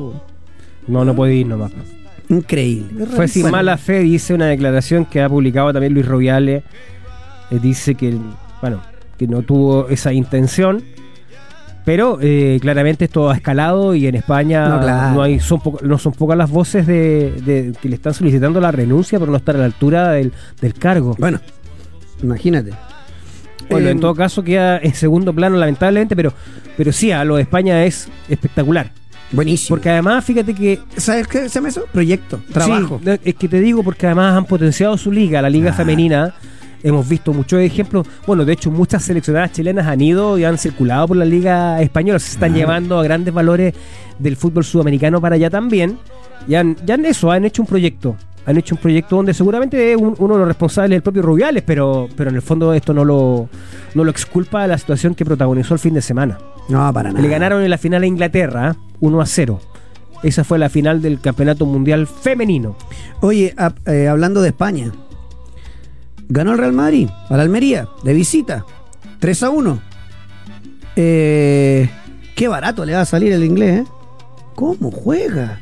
A: po.
B: No, no puede ir nomás.
A: Increíble.
B: Fue sin
A: Bueno.
B: mala fe, dice una declaración que ha publicado también Luis Robiales. eh, dice que, bueno, que no tuvo esa intención. Pero eh, claramente esto ha escalado y en España
A: No,
B: no,
A: claro.
B: hay, son poca- no son pocas las voces de, de- que le están solicitando la renuncia por no estar a la altura del, del cargo.
A: Bueno, imagínate.
B: Bueno,
A: Eh,
B: en todo caso queda en segundo plano lamentablemente, pero, pero sí, a lo de España es espectacular.
A: Buenísimo.
B: Porque además, fíjate que
A: ¿Sabes qué se me hizo? Proyecto, trabajo.
B: Sí, es que te digo porque además han potenciado su liga, la liga femenina. Hemos visto muchos ejemplos. Bueno, de hecho, muchas seleccionadas chilenas han ido y han circulado por la liga española. Se están llevando a grandes valores del fútbol sudamericano para allá también. Y han, ya han eso, han hecho un proyecto. Han hecho un proyecto donde seguramente un- uno de los responsables es el propio Rubiales, pero, pero en el fondo esto no lo, no lo exculpa de la situación que protagonizó el fin de semana.
A: No, para nada.
B: Le ganaron en la final a Inglaterra, ¿eh? 1 a 0. Esa fue la final del Campeonato Mundial Femenino.
A: Oye, a- eh, hablando de España, ganó el Real Madrid a la Almería de visita, 3 a 1. Eh, qué barato le va a salir el inglés, ¿eh? ¿Cómo juega?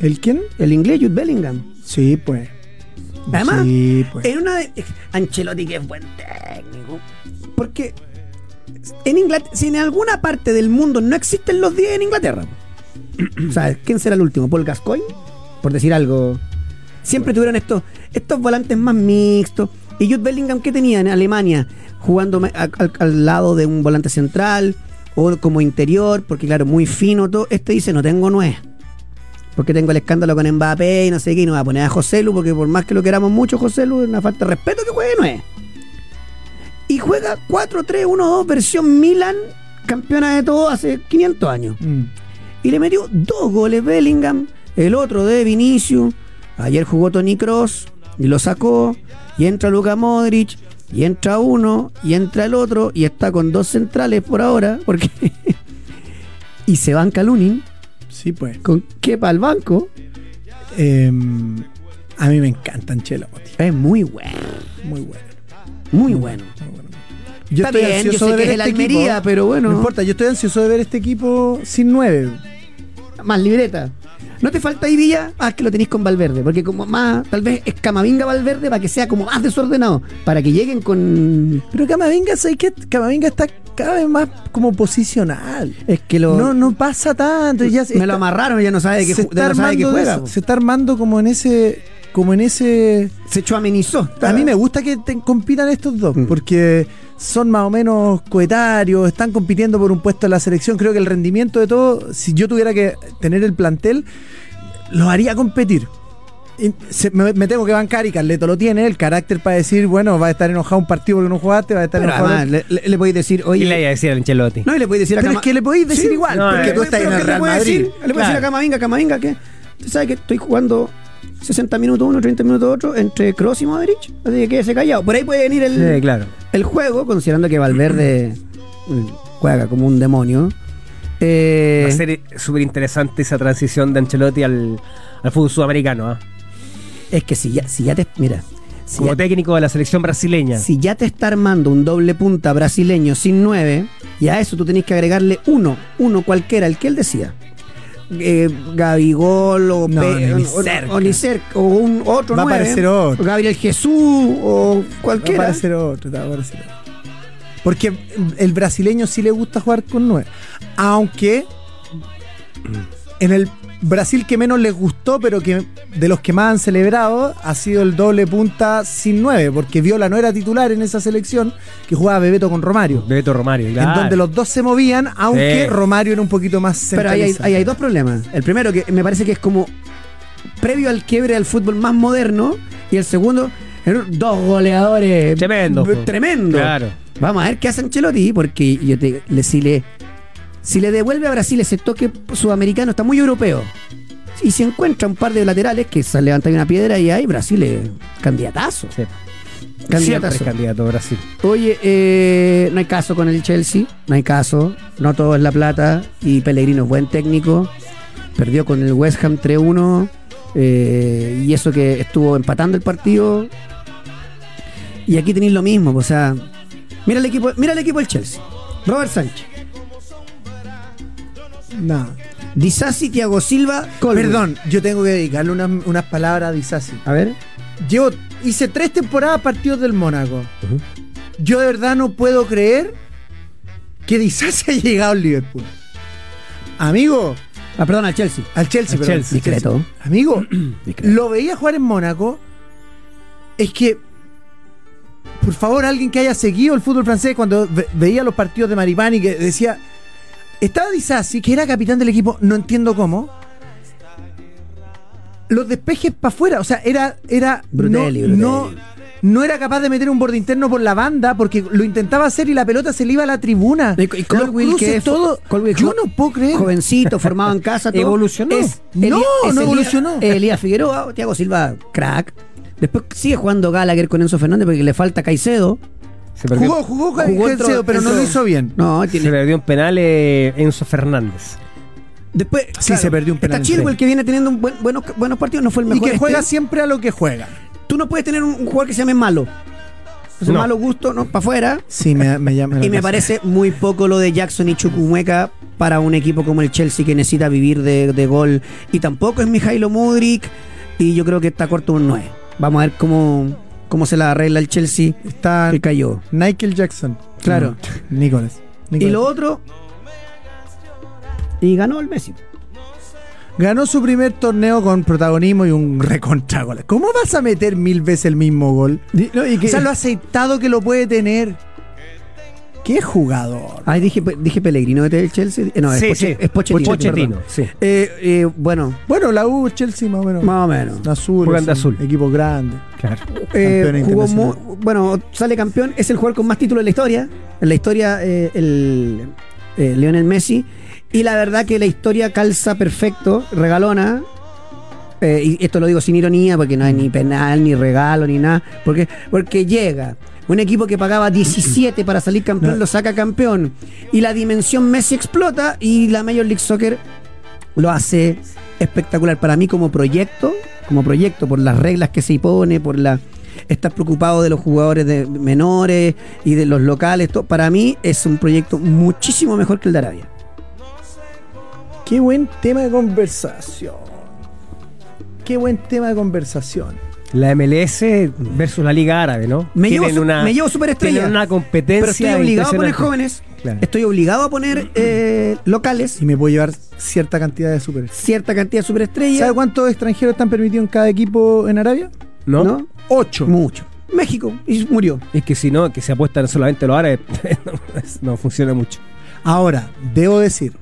D: ¿El quién?
A: El inglés Jude Bellingham.
D: Sí, pues.
A: Además,
D: Sí, pues.
A: en una de- Ancelotti que es buen técnico. Porque en Inglaterra, si en alguna parte del mundo no existen los 10 en Inglaterra. o sea, ¿quién será el último? ¿Paul Gascoigne? Por decir algo. Siempre tuvieron estos, estos volantes más mixtos. ¿Y Jude Bellingham qué tenía en Alemania? Jugando ma- a- al, al lado de un volante central o como interior, porque claro, muy fino todo. Este dice, no tengo nueve. Porque tengo el escándalo con Mbappé y no sé qué, y no va a poner a José Lu, porque por más que lo queramos mucho, José Lu es una falta de respeto que juegue nueve. Y juega 4-3-1-2 versión Milan, campeona de todo hace 500 años
D: Mm.
A: y le metió dos goles Bellingham, el otro de Vinicius. Ayer jugó Tony Cross y lo sacó. Y entra Luka Modric, y entra uno, y entra el otro, y está con dos centrales por ahora, porque. y se banca Lunin,
D: Sí, pues.
A: con quepa al banco.
D: Eh, a mí me encanta Ancelotti.
A: Es muy bueno,
D: Muy bueno.
A: muy bueno.
D: muy bueno. Yo
A: Está bien,
D: este
A: yo sé que es el Almería, pero bueno.
D: No importa, yo estoy ansioso de ver este equipo sin nueve.
A: más libreta. ¿No te falta ahí Villa? Ah, es que lo tenéis con Valverde, porque como más, tal vez es Camavinga Valverde para que sea como más desordenado, para que lleguen con...
D: Pero Camavinga, ¿sabes qué? Camavinga está cada vez más como posicional.
A: Es que lo...
D: No, no pasa tanto. Ya se
A: me lo
D: está-
A: amarraron, ya no sabe de qué,
D: se
A: ju- ya
D: está
A: no sabe de qué
D: armando de
A: juega.
D: eso,
A: po.
D: se está armando como en ese. Como en ese.
A: Se echó amenizó.
D: A mí me gusta que te- compitan estos
A: Mm.
D: dos, porque son más o menos coetarios, están compitiendo por un puesto en la selección. Creo que el rendimiento de todo, si yo tuviera que tener el plantel, lo haría competir. Y se- me, me tengo que bancar y Carleto lo tiene, el carácter para decir, bueno, va a estar enojado un partido porque no jugaste, va a estar
A: Pero
D: enojado.
A: además, le, le- le podéis decir, oye...
B: ¿Qué le iba a decir al Ancelotti?
A: No, y le podéis decir a
D: Pero es
A: Cama-
D: que le podéis decir
A: Sí,
D: igual,
B: no,
D: porque
B: eh,
D: tú estás en
A: Pero
D: el
A: ¿qué
D: Real
A: le puedo
D: Madrid.
A: decir? Le puedo decir a
B: Claro.
A: Camavinga, Camavinga, que tú sabes que estoy jugando 60 minutos uno, 30 minutos otro entre Cross y Modric. Así que quédese callado. Por ahí puede venir el,
B: Sí, claro.
A: el juego, considerando que Valverde mm, juega como un demonio. Eh,
B: Va a ser súper interesante esa transición de Ancelotti al, al fútbol sudamericano. ¿ah?
A: es que si ya, si ya te. Mira. Si
B: Como
A: ya,
B: técnico de la selección brasileña.
A: si ya te está armando un doble punta brasileño sin 9, y a eso tú tenés que agregarle uno, uno cualquiera, el que él decía. Eh, Gabigol o,
D: No,
A: Pe-
D: no, ni
A: o- o-
D: cerca.
A: o ni cerca, o un otro
D: Va a
A: nueve.
D: aparecer otro.
A: O Gabriel Jesús o
D: Va a
A: cualquiera.
D: aparecer otro, va a aparecer otro. Porque el brasileño sí le gusta jugar con nueve. Aunque
B: Mm.
D: en el Brasil que menos les gustó, pero que de los que más han celebrado, ha sido el doble punta sin nueve, porque Viola no era titular en esa selección que jugaba Bebeto con Romario.
B: Beto Romario,
D: En
B: claro.
D: donde los dos se movían, aunque
B: Sí.
D: Romario era un poquito más
A: Pero ahí hay,
D: centralizado.
A: ahí hay dos problemas. El primero que me parece que es como previo al quiebre del fútbol más moderno y el segundo eran dos goleadores
B: Tremendo,
A: b-
B: po.
A: tremendo.
B: Claro.
A: Vamos a ver qué hace Ancelotti porque yo te, le, si le si le devuelve a Brasil ese toque sudamericano está muy europeo. Y si encuentra un par de laterales que se levantan una piedra y ahí Brasil es candidatazo.
B: Sí. Siempre es
A: Candidatazo.
B: candidato a Brasil.
A: Oye, eh, no hay caso con el Chelsea, no hay caso, no todo es la plata y Pellegrino es buen técnico, perdió con el West Ham 3-1 eh, y eso que estuvo empatando el partido y aquí tenéis lo mismo, pues, o sea, mira el equipo, mira el equipo del Chelsea, Robert Sánchez,
D: No.
A: Di Sassi, Thiago Silva, Colman.
D: Perdón, yo tengo que dedicarle unas, unas palabras a Di Sassi.
A: a ver,
D: Yo hice tres temporadas partidos del Mónaco. Yo de verdad no puedo creer que Di Sassi haya llegado al Liverpool. Amigo,
A: ah, perdón al Chelsea,
D: al Chelsea,
B: Al
D: perdón,
B: Chelsea.
D: al Chelsea.
A: Discreto.
D: Amigo,
A: Discreto.
D: lo veía jugar en Mónaco. Es que, por favor, alguien que haya seguido el fútbol francés cuando ve- veía los partidos de Maripani que decía, estaba Di Sassi, que era capitán del equipo, no entiendo cómo. Los despejes para afuera, o sea, era, era
A: Brutelli,
D: no,
A: Brutelli.
D: no, no era capaz de meter un borde interno por la banda porque lo intentaba hacer y la pelota se le iba a la tribuna.
A: Y- y
D: Los
A: Colwill, que
D: cruces,
A: es-
D: todo.
A: Colwill,
D: yo
A: jo-
D: no puedo creer.
A: jovencito, formado en casa, todo.
B: Evolucionó.
D: No, no
A: Elías-
D: evolucionó.
A: Elías Figueroa, Thiago Silva, crack. Después sigue jugando Gallagher con Enzo Fernández porque le falta Caicedo.
B: Se perdió,
D: Jugó, jugó, con
A: Jugó
D: Caicedo,
A: dentro-
D: pero no lo
A: dentro-
D: hizo bien.
A: No,
B: se
A: tiene.
B: perdió un penal eh, Enzo Fernández.
A: Después,
D: Sí, se perdió un penal.
A: Está Chilwell que viene teniendo un buen- buenos, buenos partidos, no fue el
D: Y
A: mejor.
D: que
A: este.
D: juega siempre a lo que juega.
A: Tú no puedes tener un, un jugador que se llame malo. Entonces,
B: No.
A: malo gusto, no, para afuera.
D: Sí, me, me llama.
A: Y me parece muy poco lo de Jackson y Chukwueca para un equipo como el Chelsea que necesita vivir de, de gol. Y tampoco es Mijailo Mudrik. Y yo creo que está corto un 9. Vamos a ver cómo, cómo se la arregla el Chelsea
D: Está
A: que cayó.
D: Michael Jackson.
A: Claro.
D: Mm, Nicholas.
A: Y
D: Nicholas.
A: lo otro. Y ganó el Messi.
D: Ganó su primer torneo con protagonismo y un recontragol. ¿Cómo vas a meter mil veces el mismo gol?
A: que-
D: O sea, lo aceitado que lo puede tener. ¡Qué jugador!
A: Ay, dije, Pe- dije Pellegrino este es el Chelsea. Eh, No, es, Poche- es Pochettino. perdón.
B: sí.
A: Eh, eh, bueno,
D: Bueno, la U, Chelsea más o menos.
A: más o menos.
D: Azul.
B: Juegan
D: es
B: de
D: un
B: azul.
D: Equipo grande.
B: Claro.
A: Eh,
D: Campeón
A: jugó
D: internacional.
A: mu- bueno, sale campeón, es el jugador con más títulos de la historia. En la historia, eh, el eh, Lionel Messi. Y la verdad que la historia calza perfecto, regalona. Eh, y esto lo digo sin ironía, porque no hay
D: Mm.
A: ni penal, ni regalo, ni nada. Porque, porque llega. Un equipo que pagaba 17 para salir campeón lo saca campeón. Y la dimensión Messi explota y la Major League Soccer lo hace espectacular para mí como proyecto, como proyecto por las reglas que se impone, por la estar preocupado de los jugadores de menores y de los locales, todo. para mí es un proyecto muchísimo mejor que el de Arabia.
D: Qué buen tema de conversación. Qué buen tema de conversación.
B: La MLS versus la Liga Árabe, ¿no?
A: Me
B: Tienen
A: llevo, su-
B: una-
A: me llevo superestrella.
B: tienen una competencia
A: Pero estoy obligado a poner
B: impresionante.
A: jóvenes.
B: Claro.
A: Estoy obligado a poner eh, locales.
D: Y me puedo llevar cierta cantidad de super.
A: Cierta cantidad de superestrellas.
D: ¿Sabe cuántos extranjeros están permitidos en cada equipo en Arabia?
B: ¿No?
A: este, ¿No?
D: Ocho.
A: Mucho. México. Y murió.
B: Es que si no, que se apuestan solamente los árabes, no, no funciona mucho.
D: Ahora, debo decir,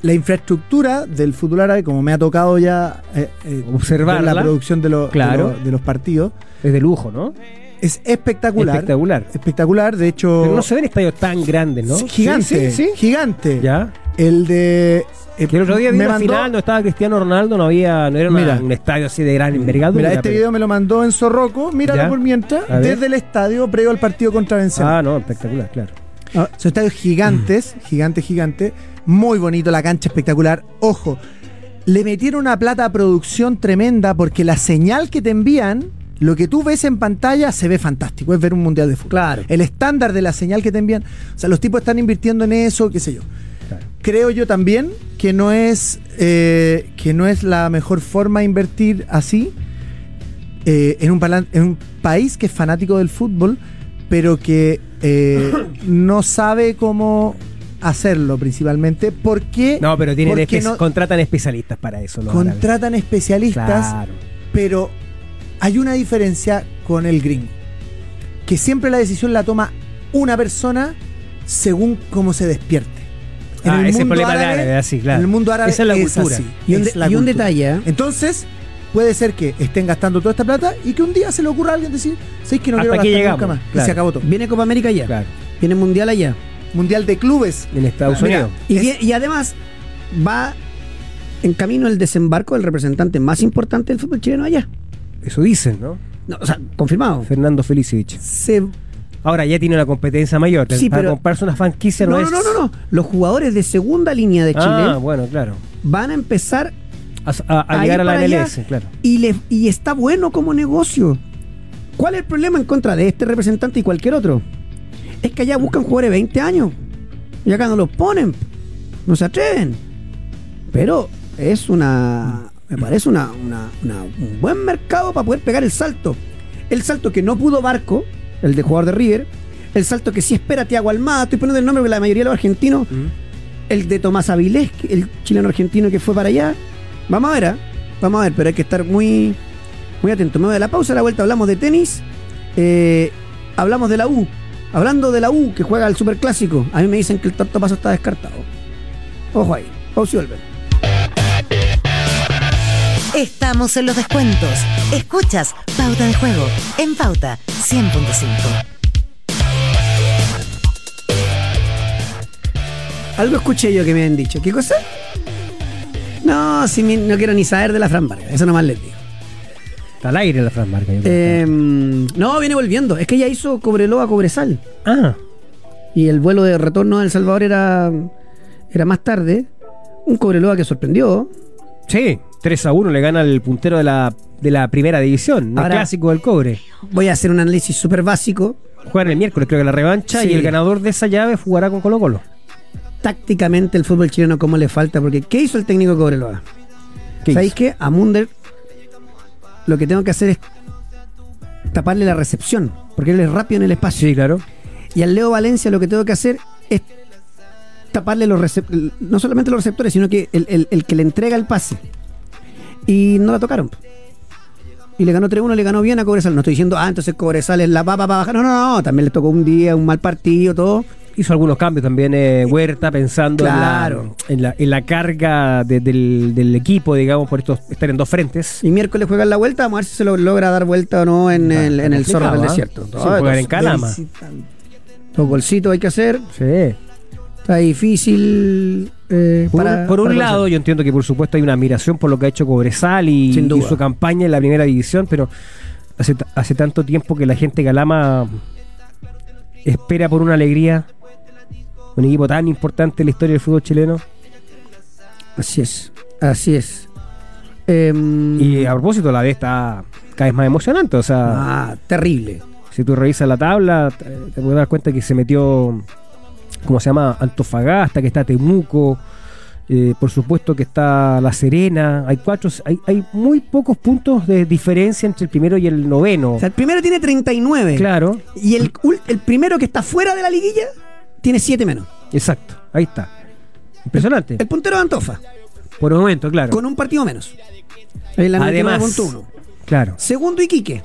D: la infraestructura del fútbol árabe, como me ha tocado ya eh, eh,
B: Observarla.
D: ver la producción de, los- de
B: Claro.
D: los- de los partidos,
B: Es de lujo, ¿no?
D: es espectacular.
B: Espectacular.
D: Espectacular, de hecho.
B: Pero no se ven estadios tan grandes, ¿no?
D: es Gigante,
B: Sí, sí, sí.
D: gigante.
B: Ya.
D: El de. eh,
B: Que el otro día vi
D: me
B: una
D: mandó-
B: final, no estaba Cristiano Ronaldo, no había, no era una-
D: Mira.
B: un estadio así de gran envergadura.
D: Mira, este
B: pero-
D: video me lo mandó en Zorroco. Míralo
B: Ya.
D: por mientras.
B: A ver.
D: Desde el estadio previo al partido contra Benzema.
B: Ah, no, espectacular, claro.
D: Ah, Son estadios gigantes, gigante, gigante. Muy bonito, la cancha espectacular. Ojo, le metieron una plata a producción tremenda porque la señal que te envían, lo que tú ves en pantalla, se ve fantástico. Es ver un mundial de fútbol.
A: Claro.
D: El estándar de la señal que te envían. O sea, los tipos están invirtiendo en eso, qué sé yo.
B: Claro.
D: Creo yo también que no es eh, que no es la mejor forma de invertir así eh, en, un parlan- en un país que es fanático del fútbol, pero que eh, no sabe cómo hacerlo principalmente. porque
B: No, pero tienen
D: porque
B: espe-
D: no-
B: contratan especialistas para eso. los árabes.
D: contratan especialistas,
B: Claro.
D: pero hay una diferencia con el gringo, que siempre la decisión la toma una persona según cómo se despierte.
B: Ah, ese es el problema de árabe, así, claro.
D: En el mundo árabe
B: Esa es la cultura.
D: así,
A: Y un,
D: es
A: de-
D: la
A: y un
D: cultura.
A: detalle. ¿eh?
D: Entonces, puede ser que estén gastando toda esta plata y que un día se le ocurra a alguien decir, ¿sabéis que no
B: Hasta
D: quiero
B: aquí
D: gastar nunca
B: llegamos,
D: más?
B: claro.
D: Y se acabó todo.
A: Viene Copa América allá.
B: Claro.
A: Viene Mundial allá.
D: Mundial de clubes.
B: En Estados
D: Mira,
B: Unidos.
A: Y, vie- y además va en camino el desembarco del representante más importante del fútbol chileno allá.
B: Eso dicen, ¿no?
A: No, o sea, confirmado.
B: Fernando Felicevich.
A: Se- no,
B: Ahora ya tiene una competencia mayor.
A: Sí,
B: para
A: pero-
B: comprarse una franquicia no,
A: no,
B: es.
A: no, no, no. Los jugadores de segunda línea de Chile
B: Ah, bueno, claro.
A: van a empezar
B: A, a- a
A: a
B: llegar
A: ir
B: a la
A: para allá
B: MLS, claro.
A: Y, le, y está bueno como negocio. ¿Cuál es el problema en contra de este representante y cualquier otro? Es que allá buscan jugadores de 20 años. Y acá no los ponen. No se atreven. Pero es una. Me parece una, una- una- un buen mercado para poder pegar el salto. El salto que no pudo Barco, el de jugador de River. El salto que sí espera Tiago Almada. Estoy poniendo el nombre de la mayoría de los argentinos el de Tomás Avilés, que- el chileno argentino que fue para allá. Vamos a ver, ¿ah? vamos a ver, pero hay que estar muy, muy atentos. Me voy a la pausa, a la vuelta hablamos de tenis, eh, hablamos de la U. Hablando de la U que juega el superclásico, a mí me dicen que el torto paso está descartado. Ojo ahí, pausa y vuelven.
F: Estamos en los descuentos. Escuchas Pauta de Juego en Pauta 100.5.
A: Algo escuché yo que me habían dicho. ¿Qué cosa? No, si mi- no quiero ni saber de la Fran Vargas, eso nomás les digo.
B: Está al aire la Fran Marca. yo creo.
A: Eh, no, viene volviendo. Es que ella hizo Cobreloa Cobresal.
B: ah,
A: y el vuelo de retorno a El Salvador era, era más tarde. Un Cobreloa que sorprendió.
B: sí. 3 a 1 le gana el puntero de la, de la primera división. El
A: Ahora-
B: clásico del cobre.
A: Voy a hacer un análisis súper básico.
B: Juegan el miércoles, creo que la revancha.
A: Sí.
B: Y el ganador de esa llave jugará con Colo Colo.
A: Tácticamente el fútbol chileno, ¿cómo le falta? Porque ¿qué hizo el técnico Cobreloa?
B: ¿Qué
A: ¿Sabéis
B: hizo?
A: qué? A Munder lo que tengo que hacer es taparle la recepción, porque él es rápido en el espacio.
B: Sí, claro.
A: Y al Leo Valencia lo que tengo que hacer es taparle los recep- no solamente los receptores, sino que el, el- el que le entrega el pase. Y no la tocaron. Y le ganó 3-1, le ganó bien a Cobresal. No estoy diciendo, ah, entonces Cobresal es la papa para bajar. No, no, no, también le tocó un día, un mal partido, todo.
B: Hizo algunos cambios también eh, Huerta pensando en la-
A: Claro.
B: en, la, en, la, carga de- del, del equipo, digamos, por estos estar en dos frentes.
A: Y miércoles juegan la vuelta, vamos a ver si se lo logra dar vuelta o no en el, en el zorro del
B: Complicado,
A: desierto. Ah,
B: ¿eh? Sí,
A: Todo-
B: jugar en Calama.
A: Los golcitos hay que hacer,
B: Sí.
A: está difícil. eh,
B: Por,
A: para-
B: un- por un
A: para
B: lado, yo entiendo que por supuesto hay una admiración por lo que ha hecho Cobresal y,
A: Sin duda.
B: y su campaña en la primera división, pero hace, ta- hace tanto tiempo que la gente de Calama espera por una alegría. Un equipo tan importante en la historia del fútbol chileno.
A: Así es, así es. Em,
B: Y a propósito, la B está cada vez más emocionante. O sea,
A: ah, terrible.
B: Si tú revisas la tabla, te te puedes dar cuenta que se metió, ¿cómo se llama? Antofagasta, que está Temuco, Eh, por supuesto que está La Serena. Hay cuatro, hay, hay muy pocos puntos de diferencia entre el primero y el noveno.
A: O sea, el primero tiene 39.
B: Claro,
A: Y el, ul- el primero que está fuera de la liguilla tiene 7 menos.
B: exacto. Ahí está. Impresionante.
A: El puntero de Antofa,
B: Por un momento, claro.
A: Eh, con un partido menos. Es la
B: Además,
A: con turno.
B: claro,
A: Segundo Iquique.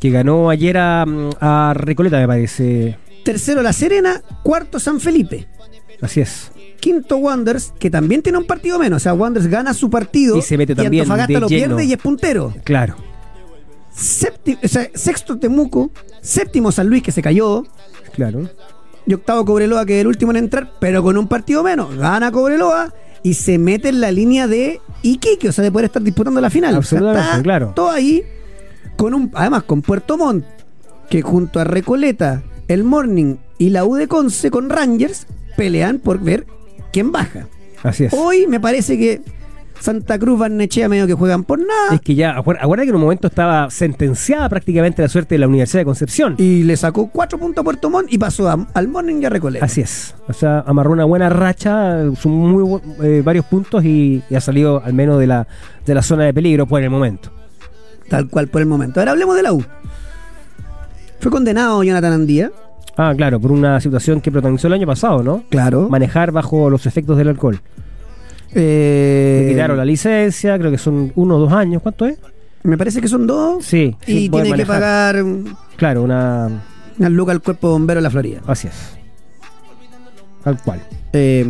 B: que ganó ayer a, mm, a Recoleta, me parece.
A: Tercero La Serena. Cuarto San Felipe.
B: Así es.
A: Quinto Wanders, que también tiene un partido menos. O sea, Wanders gana su partido.
B: Y se mete también
A: Antofagasta
B: de
A: lo
B: lleno.
A: pierde y es puntero.
B: Claro.
A: Sépti- o sea, sexto Temuco. Séptimo San Luis, que se cayó.
B: Claro.
A: Y octavo Cobreloa, que es el último en entrar, pero con un partido menos. Gana Cobreloa y se mete en la línea de Iquique, o sea, de poder estar disputando la final. O sea,
B: Absolutamente,
A: está
B: claro.
A: Todo ahí, con un, además con Puerto Montt, que junto a Recoleta, el Morning y la U de Conce con Rangers pelean por ver quién baja.
B: Así es.
A: Hoy me parece que Santa Cruz, Barnechea medio que juegan por nada
B: Es que ya, acuer- acuerda que en un momento estaba sentenciada prácticamente la suerte de la Universidad de Concepción.
A: y le sacó cuatro puntos a Puerto Montt y pasó a- al Morning y a Recoleta.
B: Así es. O sea, amarró una buena racha, eh, sumó muy bu- eh, varios puntos y, y ha salido al menos de la, de la zona de peligro por el momento.
A: Tal cual por el momento. Ahora hablemos de la U. Fue condenado Jonathan Andía.
B: Ah, claro, por una situación que protagonizó el año pasado, ¿no?
A: Claro.
B: Manejar bajo los efectos del alcohol.
A: Eh,
B: Le quitaron la licencia, creo que son uno o dos años, ¿cuánto es?
A: me parece que son dos.
B: Sí.
A: y
B: sin poder
A: tiene que
B: manejar.
A: pagar una
B: Claro, una.
A: luca al cuerpo bombero de la Florida.
B: Así es. Tal cual.
A: Eh,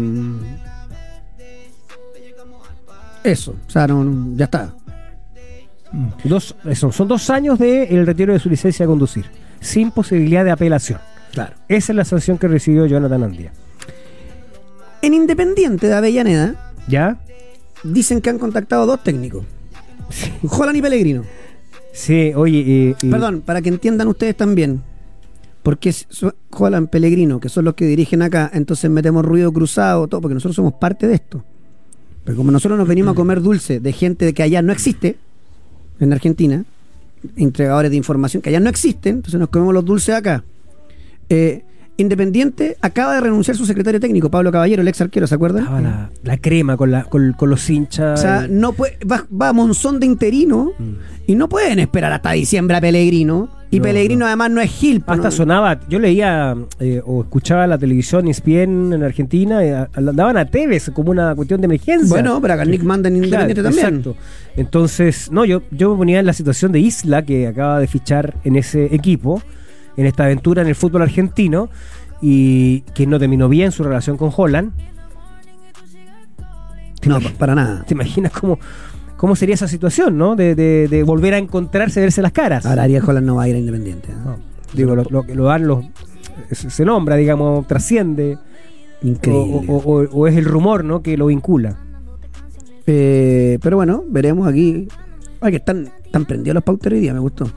A: eso. O sea, no- no, ya está.
B: Dos, son, son dos años de el retiro de su licencia de conducir, sin posibilidad de apelación.
A: Claro.
B: Esa es la sanción que recibió Jonathan Andia.
A: En Independiente de Avellaneda,
B: ¿Ya?
A: dicen que han contactado a dos técnicos. Holland y Pellegrino.
B: Sí, oye. eh, eh,
A: Perdón, para que entiendan ustedes también. Porque es- so- Holland, Pellegrino, que son los que dirigen acá, entonces metemos ruido cruzado, todo, porque nosotros somos parte de esto. Pero como nosotros nos venimos a comer dulce de gente que allá no existe, en Argentina, entregadores de información que allá no existen, entonces nos comemos los dulces acá. Eh, Independiente acaba de renunciar su secretario técnico, Pablo Caballero, el ex arquero, ¿se acuerdan?
B: Estaba la, la crema con, la, con, con los
A: O
B: hinchas. eh.
A: sea, no puede, va, va Monzón de interino y no pueden esperar hasta diciembre a Pellegrino. Y
B: No,
A: Pellegrino
B: no.
A: además Mm. no es Gil.
B: Ah,
A: pues,
B: Hasta
A: no-
B: sonaba, yo leía eh, o escuchaba la televisión E ESPN en Argentina, eh, a- daban a Tevez como una cuestión de emergencia.
A: Bueno, pero acá Nick manda en
B: Claro,
A: Independiente también.
B: Exacto. Entonces, no, yo, yo me ponía en la situación de Isla, que acaba de fichar en ese equipo, en esta aventura en el fútbol argentino, y que no terminó bien su relación con Holland.
A: No, pa- para nada.
B: ¿Te imaginas cómo, cómo sería esa situación, no? De, de- de volver a encontrarse, verse las caras.
A: Ahora Arias Holland no va a ir a Independiente. ¿eh?
B: No, digo, lo, lo, lo dan los. Se, se nombra, digamos, trasciende. O,
A: Increíble.
B: o- o- o es el rumor, ¿no? Que lo vincula.
A: Eh, pero bueno, veremos aquí. Ay, que están, están prendidos los pauteros hoy día, me gustó.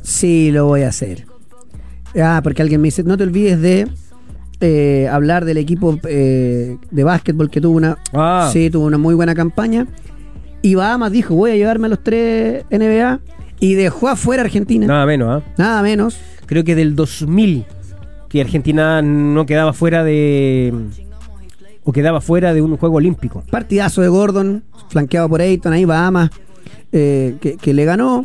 A: Sí, lo voy a hacer. Ah, porque alguien me dice, no te olvides de eh, hablar del equipo eh, de básquetbol que tuvo una,
B: Ah.
A: sí, tuvo una muy buena campaña. Y Bahamas dijo, voy a llevarme a los tres NBA y dejó afuera a Argentina.
B: Nada menos, ¿ah?
A: Nada menos.
B: Creo que del 2000 que Argentina no quedaba fuera de. O quedaba fuera de un juego olímpico.
A: Partidazo de Gordon, flanqueado por Ayton, ahí Bahamas, eh, que, que le ganó.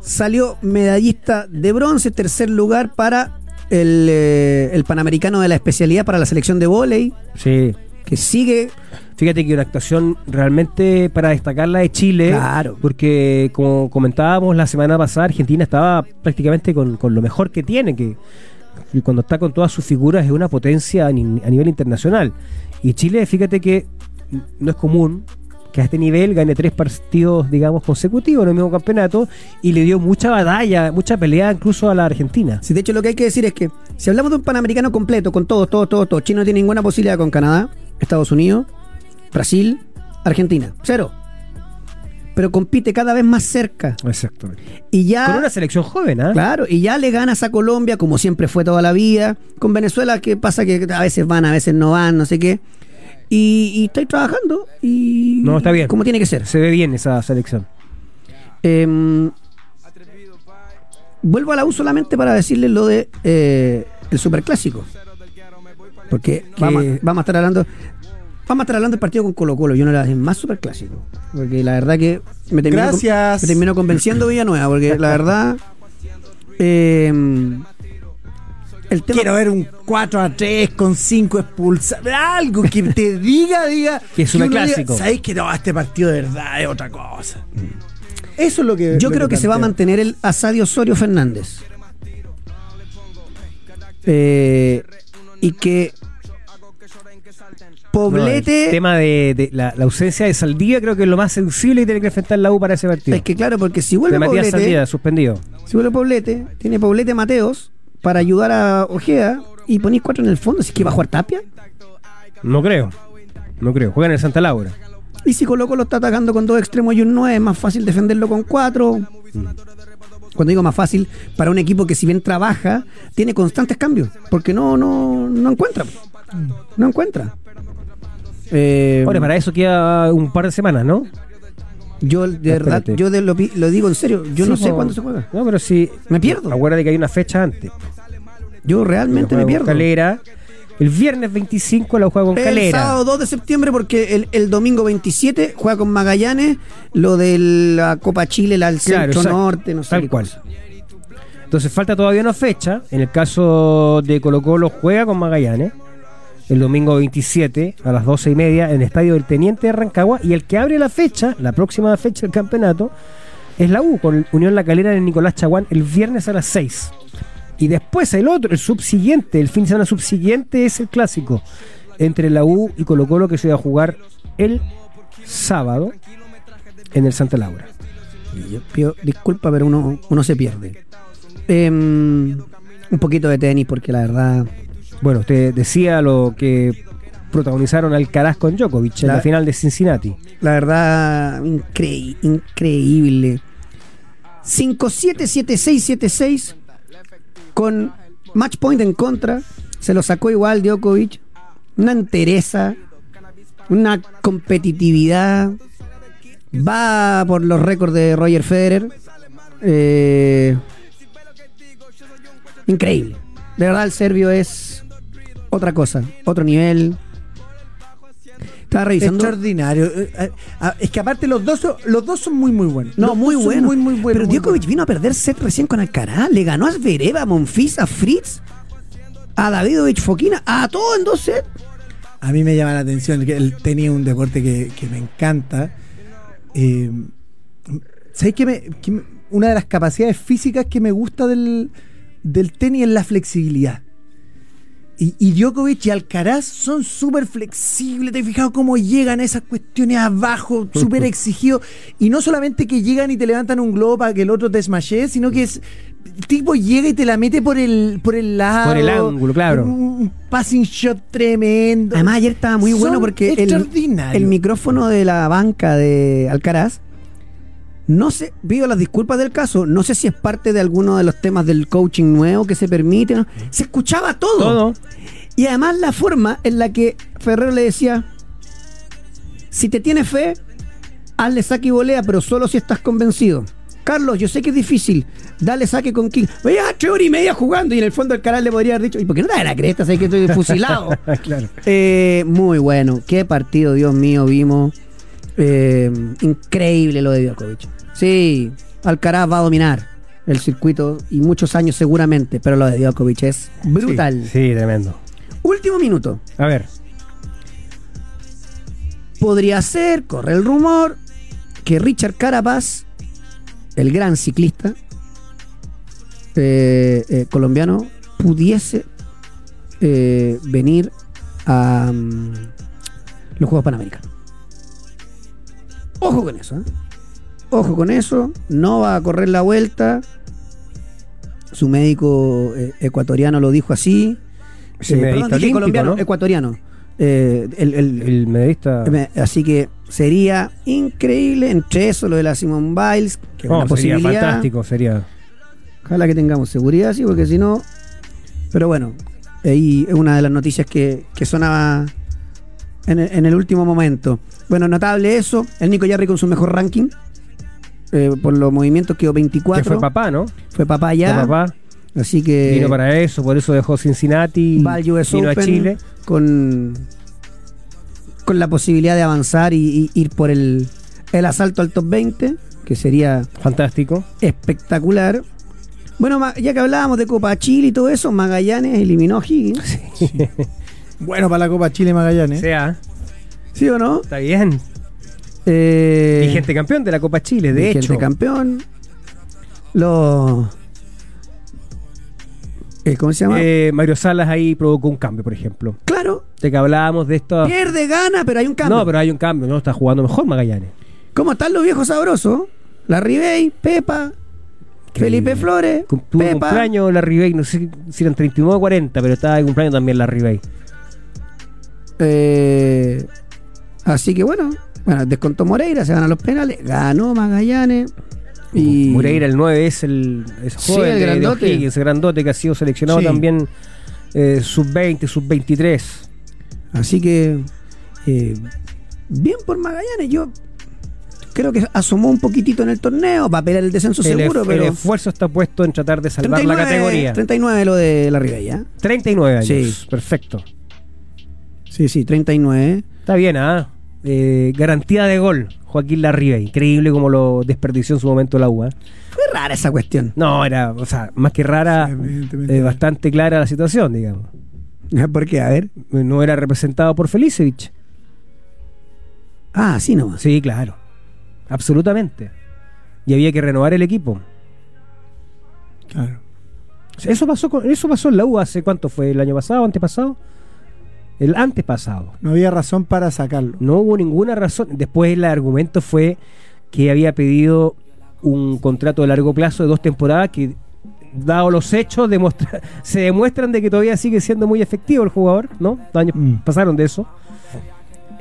A: Salió medallista de bronce, tercer lugar para el, eh, el Panamericano de la especialidad para la selección de vóley,
B: Sí.
A: que sigue
B: Fíjate que una actuación realmente para destacarla de Chile.
A: Claro.
B: Porque, como comentábamos la semana pasada, Argentina estaba prácticamente con, con lo mejor que tiene, que que cuando está con todas sus figuras es una potencia a, ni- a nivel internacional. Y Chile, fíjate que no es común que a este nivel gane tres partidos, digamos, consecutivos en el mismo campeonato y le dio mucha batalla, mucha pelea incluso a la Argentina.
A: Sí, de hecho, lo que hay que decir es que si hablamos de un panamericano completo, con todos, todos, todos, todos, China no tiene ninguna posibilidad con Canadá, Estados Unidos, Brasil, Argentina. Cero. Pero compite cada vez más cerca.
B: Exactamente.
A: Y ya.
B: Con una selección joven, ¿ah?
A: Claro, y ya le ganas a Colombia, como siempre fue toda la vida. Con Venezuela, que pasa que a veces van, a veces no van, no sé qué. Y, y estáis trabajando y.
B: No, está bien.
A: Como tiene que ser.
B: Se ve bien esa selección.
A: Eh, vuelvo a la U solamente para decirles lo de eh, el superclásico. Porque vamos, a- vamos a estar hablando. Vamos a estar hablando del partido con Colo Colo. Yo no era el más super clásico. Porque la verdad que me terminó,
D: Gracias.
A: me terminó convenciendo Villanueva. Porque la verdad. eh, el tema.
D: Quiero ver un 4 a 3 con 5 expulsados. Algo que te diga, diga.
B: Que es
D: un
B: una clásico.
D: Sabéis que no, este partido de verdad es otra cosa. Eso es lo que.
A: Mm. yo
D: lo
A: creo que se va a
D: planteo.
A: mantener el Asadio Osorio Fernández. Eh, y que.
B: el
A: Poblete.
B: tema de, de la, la ausencia de Saldía creo que es lo más sensible que tiene que enfrentar la U para ese partido.
A: es que claro, porque si
B: de
A: vuelve
B: Matías
A: Poblete.
B: Saldía, suspendido.
A: Si vuelve Poblete, tiene Poblete Mateos para ayudar a Ojea y ponéis cuatro en el fondo, así que va a jugar Tapia.
B: No creo. No creo. Juega en el Santa Laura.
A: Y si Colo Colo está atacando con dos extremos y un 9, es más fácil defenderlo con cuatro.
B: Mm.
A: Cuando digo más fácil, para un equipo que si bien trabaja, tiene constantes cambios, porque no, no, no encuentra. No encuentra. Eh,
B: Mm. Ahora, para eso queda un par de semanas, ¿no?
A: yo de verdad,
B: Ah, Espérate.
A: yo de lo, pi- lo digo en serio, yo
B: Sí,
A: no sé
B: po.
A: cuándo se juega.
B: No, pero sí.
A: Me pierdo.
B: Acuérdate que hay una fecha antes.
A: Yo realmente me
B: Juega
A: pierdo.
B: con Calera. El viernes 25 la juega con
A: El
B: Calera.
A: sábado 2 de septiembre, porque el, el domingo 27 juega con Magallanes, lo de la Copa Chile, la del
B: Claro,
A: Centro
B: exacto.
A: Norte, no sé.
B: Tal
A: qué
B: cual.
A: cosa.
B: Entonces falta todavía una fecha. En el caso de Colo Colo juega con Magallanes. El domingo 27 a las 12 y media en el estadio del Teniente de Rancagua. Y el que abre la fecha, la próxima fecha del campeonato, es la U con Unión La Calera de Nicolás Chaguán el viernes a las 6. Y después el otro, el subsiguiente, el fin de semana subsiguiente es el clásico entre la U y Colo Colo que se va a jugar el sábado en el Santa Laura.
A: Y yo pido disculpa, pero uno, uno se pierde. Em, un poquito de tenis, porque la verdad.
B: Bueno, usted decía lo que protagonizaron Alcaraz con Djokovic en la,
A: La-
B: final de Cincinnati.
A: La verdad, increí- increíble. 5-7-7-6-7-6 con match point en contra. Se lo sacó igual Djokovic. Una entereza, una competitividad. Va por los récords de Roger Federer. Eh, increíble. De verdad, el serbio es otra cosa, otro nivel. Estaba revisando.
D: Extraordinario. Eh, eh, ah, Es que aparte los dos, son- los dos son muy, muy buenos.
A: No,
D: Los
A: muy
D: dos son
A: bueno.
D: Muy, muy buenos.
A: Pero
D: muy
A: Djokovic vino a perder set recién con Alcaraz. Le ganó a Zverev, a Monfils, a Fritz, a Davidovich Fokina, a todo en dos sets.
D: buenos. A mí me llama la atención que él tenía un deporte que, que me encanta. Eh, ¿Sabes qué? me- qué me- una de las capacidades físicas que me gusta del, del tenis es la flexibilidad. Y, y Djokovic y Alcaraz son súper flexibles. ¿Te has fijado cómo llegan a esas cuestiones abajo, súper exigidos? Y no solamente que llegan y te levantan un globo para que el otro te desmaye, sino que es. El tipo llega y te la mete por el, por el lado.
B: Por el ángulo, claro.
D: Un, un passing shot tremendo.
A: Además, ayer estaba muy
D: Son
A: bueno porque el,
D: extraordinarios.
A: el micrófono de la banca de Alcaraz. No sé, pido las disculpas del caso. No sé si es parte de alguno de los temas del coaching nuevo que se permite. ¿no? Se escuchaba
B: Todo.
A: Y además la forma en la que Ferrero le decía, si te tienes fe, hazle saque y volea, pero solo si estás convencido. Carlos, yo sé que es difícil, dale saque con King. Vaya, tres horas y media jugando y en el fondo el canal le podría haber dicho, ¿y por qué no te da la cresta? Sé que estoy fusilado.
B: Claro.
A: Eh, muy bueno, qué partido, Dios mío, vimos. Eh, increíble lo de Djokovic. Sí, Alcaraz va a dominar el circuito y muchos años seguramente, pero lo de Djokovic es brutal.
B: Sí, sí, tremendo.
A: Último minuto.
B: A ver,
A: Podría ser, corre el rumor, que Richard Carapaz, el gran ciclista eh, eh, colombiano, pudiese eh, venir a mm, los Juegos Panamericanos. Ojo con eso, ¿eh? Ojo con eso, no va a correr la vuelta. Su médico eh, ecuatoriano lo dijo así.
B: Sí,
A: Eh,
B: medallista
A: perdón, dije
B: olímpico,
A: colombiano,
B: ¿no?
A: ecuatoriano. Eh, el- el-
B: el medallista.
A: Eh, me- Así que sería increíble entre eso, lo de la Simone Biles, que es
B: No,
A: una
B: Oh, sería
A: posibilidad.
B: fantástico, sería.
A: Ojalá que tengamos seguridad, sí, porque si no. Pero bueno, ahí es una de las noticias que, que sonaba en el, en el último momento. Bueno, notable eso. El Nico Jarry con su mejor ranking. eh, por los movimientos quedó 24.
B: Que fue papá, ¿no?
A: Fue papá ya. eh,
B: Fue papá.
A: Así que.
B: vino para Mm. eso, por eso dejó Cincinnati.
A: va al US
B: vino
A: Open
B: a Chile.
A: con con la posibilidad de avanzar y, y ir por el, el asalto al top 20, que sería
B: Fantástico.
A: espectacular. Bueno, ma- ya que hablábamos de Copa Chile y todo eso, Magallanes eliminó a Higgins.
D: Bueno, para la Copa Chile
B: O
D: Magallanes.
B: sea,
A: ¿Sí o no?
B: está bien.
A: Eh,
B: Vigente campeón de la Copa Chile, de
A: vigente
B: hecho.
A: campeón. Los. eh, ¿Cómo se llama?
B: Eh, Mario Salas ahí provocó un cambio, por ejemplo.
A: claro,
B: De que hablábamos de esto.
A: pierde, gana, pero hay un cambio.
B: No, pero hay un cambio, ¿no? Está jugando mejor Magallanes.
A: ¿Cómo están los viejos sabrosos? La Ribey, Pepa, Felipe Flores,
B: Cum- Tuvo
A: Pepa.
B: cumpleaños la Ribey, no sé si eran 39 o 40, pero estaba de cumpleaños también la Ribey.
A: Eh, así que bueno, bueno, descontó Moreira, se ganan los penales, ganó Magallanes. Y
B: Moreira, el 9, es el es
A: Sí,
B: joven
A: el
B: de- de
A: grandote.
B: O'Higgins, ese grandote que ha sido seleccionado
A: Sí.
B: también eh, sub-20, sub-23.
A: Así que eh, bien por Magallanes, yo creo que asomó un poquitito en el torneo para pelear el descenso
B: El,
A: seguro,
B: ef-
A: pero
B: el esfuerzo está puesto en tratar de salvar la categoría.
A: 39 lo de la Ribey, ¿ah?
B: 39 años,
A: Sí.
B: perfecto.
A: Sí, sí, 39.
B: Está bien, ¿ah? Eh, garantía de gol, Joaquín Larribe. Increíble como lo desperdició en su momento la UA.
A: Fue rara esa cuestión.
B: No, era, o sea, más que rara,
D: Sí, evidentemente.
B: eh, bastante clara la situación, digamos.
A: ¿Por qué? A ver.
B: No era representado por Felicevich.
A: Ah, sí nomás.
B: Sí, claro. Absolutamente. Y había que renovar el equipo.
D: Claro.
B: Eso pasó, con, eso pasó en la U hace cuánto fue, el año pasado, antepasado. El antepasado.
D: No había razón para sacarlo.
B: No hubo ninguna razón. Después el argumento fue que había pedido un contrato de largo plazo de dos temporadas que, dado los hechos, demuestra- se demuestran de que todavía sigue siendo muy efectivo el jugador, ¿no? Los años
D: Mm.
B: pasaron de eso.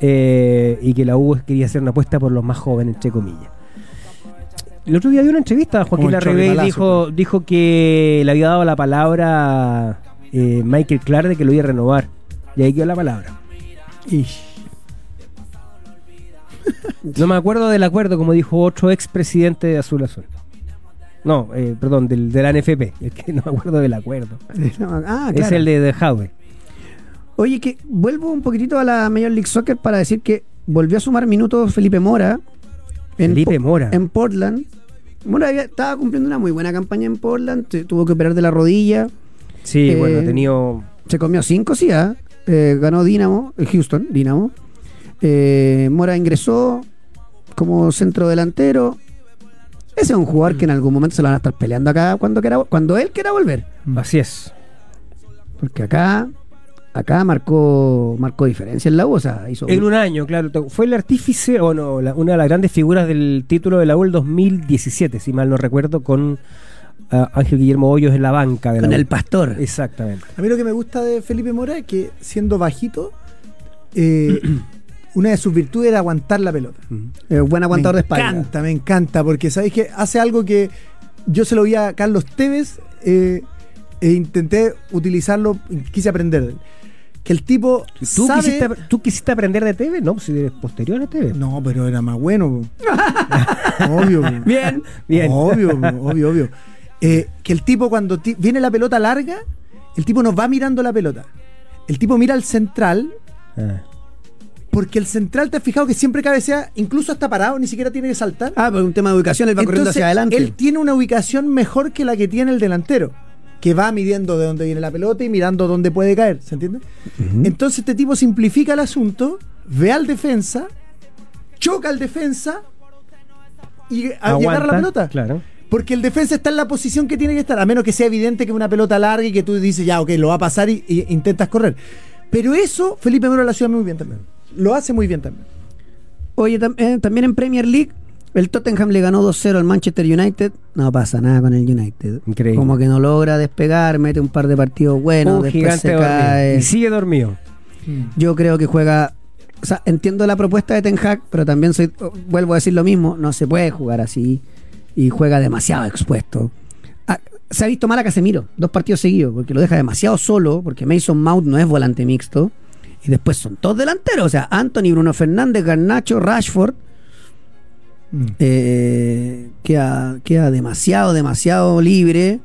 B: Eh, y que la U quería hacer una apuesta por los más jóvenes, entre comillas. El otro día dio una entrevista a
D: Como
B: Joaquín
D: el
B: Larribey
D: Chorri
B: dijo, dijo que le había dado la palabra eh, Michael Clark de que lo iba a renovar. Y ahí quedó la palabra. No me acuerdo del acuerdo, como dijo otro expresidente de Azul Azul. No, eh, perdón, del, de la NFP. Es que no me acuerdo del acuerdo.
A: Ah,
B: Es
A: claro.
B: el de, de Howe.
A: Oye, que vuelvo un poquitito a la Major League Soccer para decir que volvió a sumar minutos Felipe Mora. en
B: Felipe
A: Po-
B: Mora.
A: En Portland. Mora había- estaba cumpliendo una muy buena campaña en Portland. te- Tuvo que operar de la rodilla.
B: Sí,
A: eh,
B: bueno, ha tenido.
A: Se comió cinco, sí, ¿ah? Eh, ganó Dinamo, eh, Houston, Dinamo. Eh, Mora ingresó como centro delantero. Ese es un jugador
B: Mm.
A: que en algún momento se lo van a estar peleando acá cuando, quiera, cuando él quiera volver.
B: Así es.
A: Porque acá, acá marcó, marcó diferencia en la U, o sea, hizo
B: En un año, claro. to- Fue el artífice, o no, la- una de las grandes figuras del título de la U el 2017, si mal no recuerdo, con ah, Ángel Guillermo Hoyos en la banca. De la
A: con
B: U.
A: el pastor.
B: Exactamente.
D: A mí lo que me gusta de Felipe Mora es que siendo bajito, eh, una de sus virtudes era aguantar la pelota.
A: Eh, buen aguantador de espalda.
D: Me encanta, me encanta, porque sabéis que hace algo que yo se lo vi a Carlos Tevez eh, e intenté utilizarlo, quise aprender. de él. Que el tipo
B: ¿Tú
D: sabe-
B: quisiste, ¿Tú quisiste aprender de TV? No, si eres posterior a TV.
D: No, pero era más bueno. po. obvio. po.
B: Bien, bien.
D: Obvio, po, obvio, obvio. Eh, que el tipo cuando ti- viene la pelota larga, el tipo nos va mirando la pelota. El tipo mira al central,
B: Ah.
D: porque el central te has fijado que siempre cabecea, incluso hasta parado, ni siquiera tiene que saltar.
A: Ah, pero un tema de ubicación, él va corriendo
D: Entonces,
A: hacia adelante.
D: Él tiene una ubicación mejor que la que tiene el delantero, que va midiendo de dónde viene la pelota y mirando dónde puede caer, ¿se entiende? Entonces este tipo simplifica el asunto, ve al defensa, choca al defensa y a- y agarra la pelota.
B: Claro.
D: Porque el defensa está en la posición que tiene que estar, a menos que sea evidente que es una pelota larga y que tú dices, ya, ok, lo va a pasar y, y intentas correr. Pero eso Felipe Moro lo hace muy bien también. Lo hace muy bien también.
A: Oye, tam- eh, también en Premier League, el Tottenham le ganó 2-0 al Manchester United. No pasa nada con el United.
B: Increíble.
A: Como que no logra despegar, mete un par de partidos buenos,
B: Un
A: después
B: gigante
A: se
B: dormido.
A: cae.
B: Y sigue dormido.
A: Yo creo que juega. O sea, entiendo la propuesta de Ten Hag, pero también soy, vuelvo a decir lo mismo: no se puede jugar así. Y juega demasiado expuesto. Ah, se ha visto mal a Casemiro, dos partidos seguidos, porque lo deja demasiado solo, porque Mason Mount no es volante mixto. Y después son todos delanteros: o sea, Anthony, Bruno Fernández, Garnacho, Rashford. Eh, queda, queda demasiado, demasiado libre.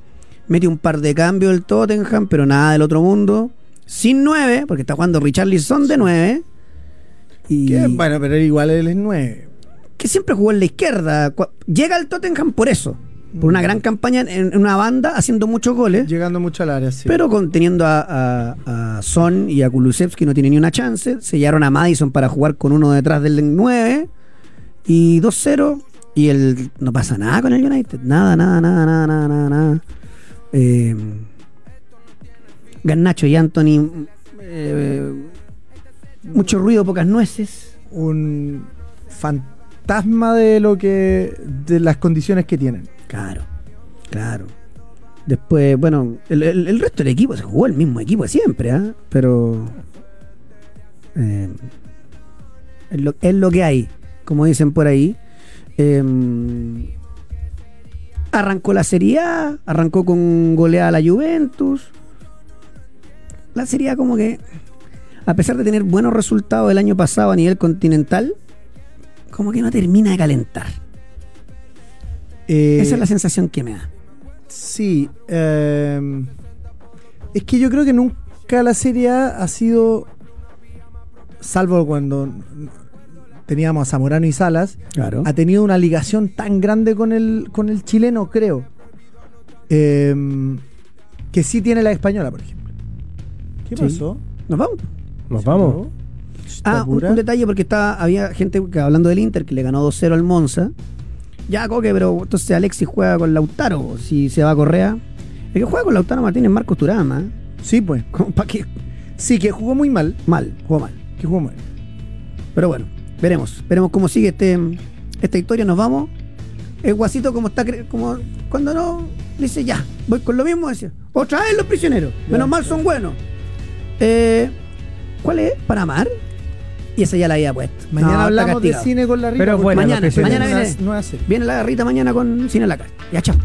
A: Mete un par de cambios el Tottenham, pero nada del otro mundo. Sin nueve, porque está jugando Richarlison de nueve. Y
D: Que, bueno, pero igual él es 9.
A: que siempre jugó en la izquierda. Cua- Llega al Tottenham por eso. Por
D: Mm.
A: una gran campaña en- en una banda, haciendo muchos goles.
D: Llegando mucho al área, sí.
A: Pero con- teniendo a, a- a Son y a Kulusevski no tiene ni una chance. Sellaron a Madison para jugar con uno detrás del 9. Y 2-0. Y el, no pasa nada con el United. Nada, nada, nada, nada, nada, nada. nada. Eh, Garnacho y Anthony. eh, mucho ruido, pocas nueces.
D: un fantasma de lo que. de las condiciones que tienen.
A: Claro, claro. Después, bueno, el, el- el resto del equipo se jugó el mismo equipo de siempre, ¿ah? pero eh, es, lo, es lo que hay, como dicen por ahí. Eh, arrancó la Serie A, arrancó con goleada a la Juventus. La Serie A como que, a pesar de tener buenos resultados el año pasado a nivel continental, como que no termina de calentar.
D: Eh,
A: Esa es la sensación que me da.
D: Sí. eh, es que yo creo que nunca la Serie A ha sido. Salvo cuando teníamos a Zamorano y Salas.
A: Claro.
D: ha tenido una ligación tan grande con el, con el chileno, creo. Em, que sí tiene la española, por ejemplo. ¿Qué
A: Sí. pasó? Nos vamos.
B: Nos vamos.
A: Ah, un, un detalle porque estaba, había gente que, hablando del Inter que le ganó 2-0 al Monza. Ya, Coque, pero entonces Alexis juega con Lautaro si se va a Correa. El que juega con Lautaro Martínez es Marcos Turama. ¿eh?
D: Sí, pues.
A: Como pa' qué?
D: Sí, que jugó muy mal.
A: Mal, jugó mal.
D: Que jugó mal.
A: Pero bueno, veremos. Veremos cómo sigue este, esta historia. Nos vamos. El guasito como está, cre- como cuando no, le dice ya, voy con lo mismo. Decía, otra vez los prisioneros. Menos mal son buenos. Eh, ¿Cuál es? ¿Para amar? Y esa ya la había puesto.
D: Mañana
A: No, está
D: hablamos de
A: castigado.
D: cine con la Rica.
B: Pero
D: porque
B: bueno,
A: mañana,
B: los que se-
A: mañana
D: Mañana
A: viene,
D: nueva serie.
A: viene la garrita mañana con Cine a la Carta. Ya, chao.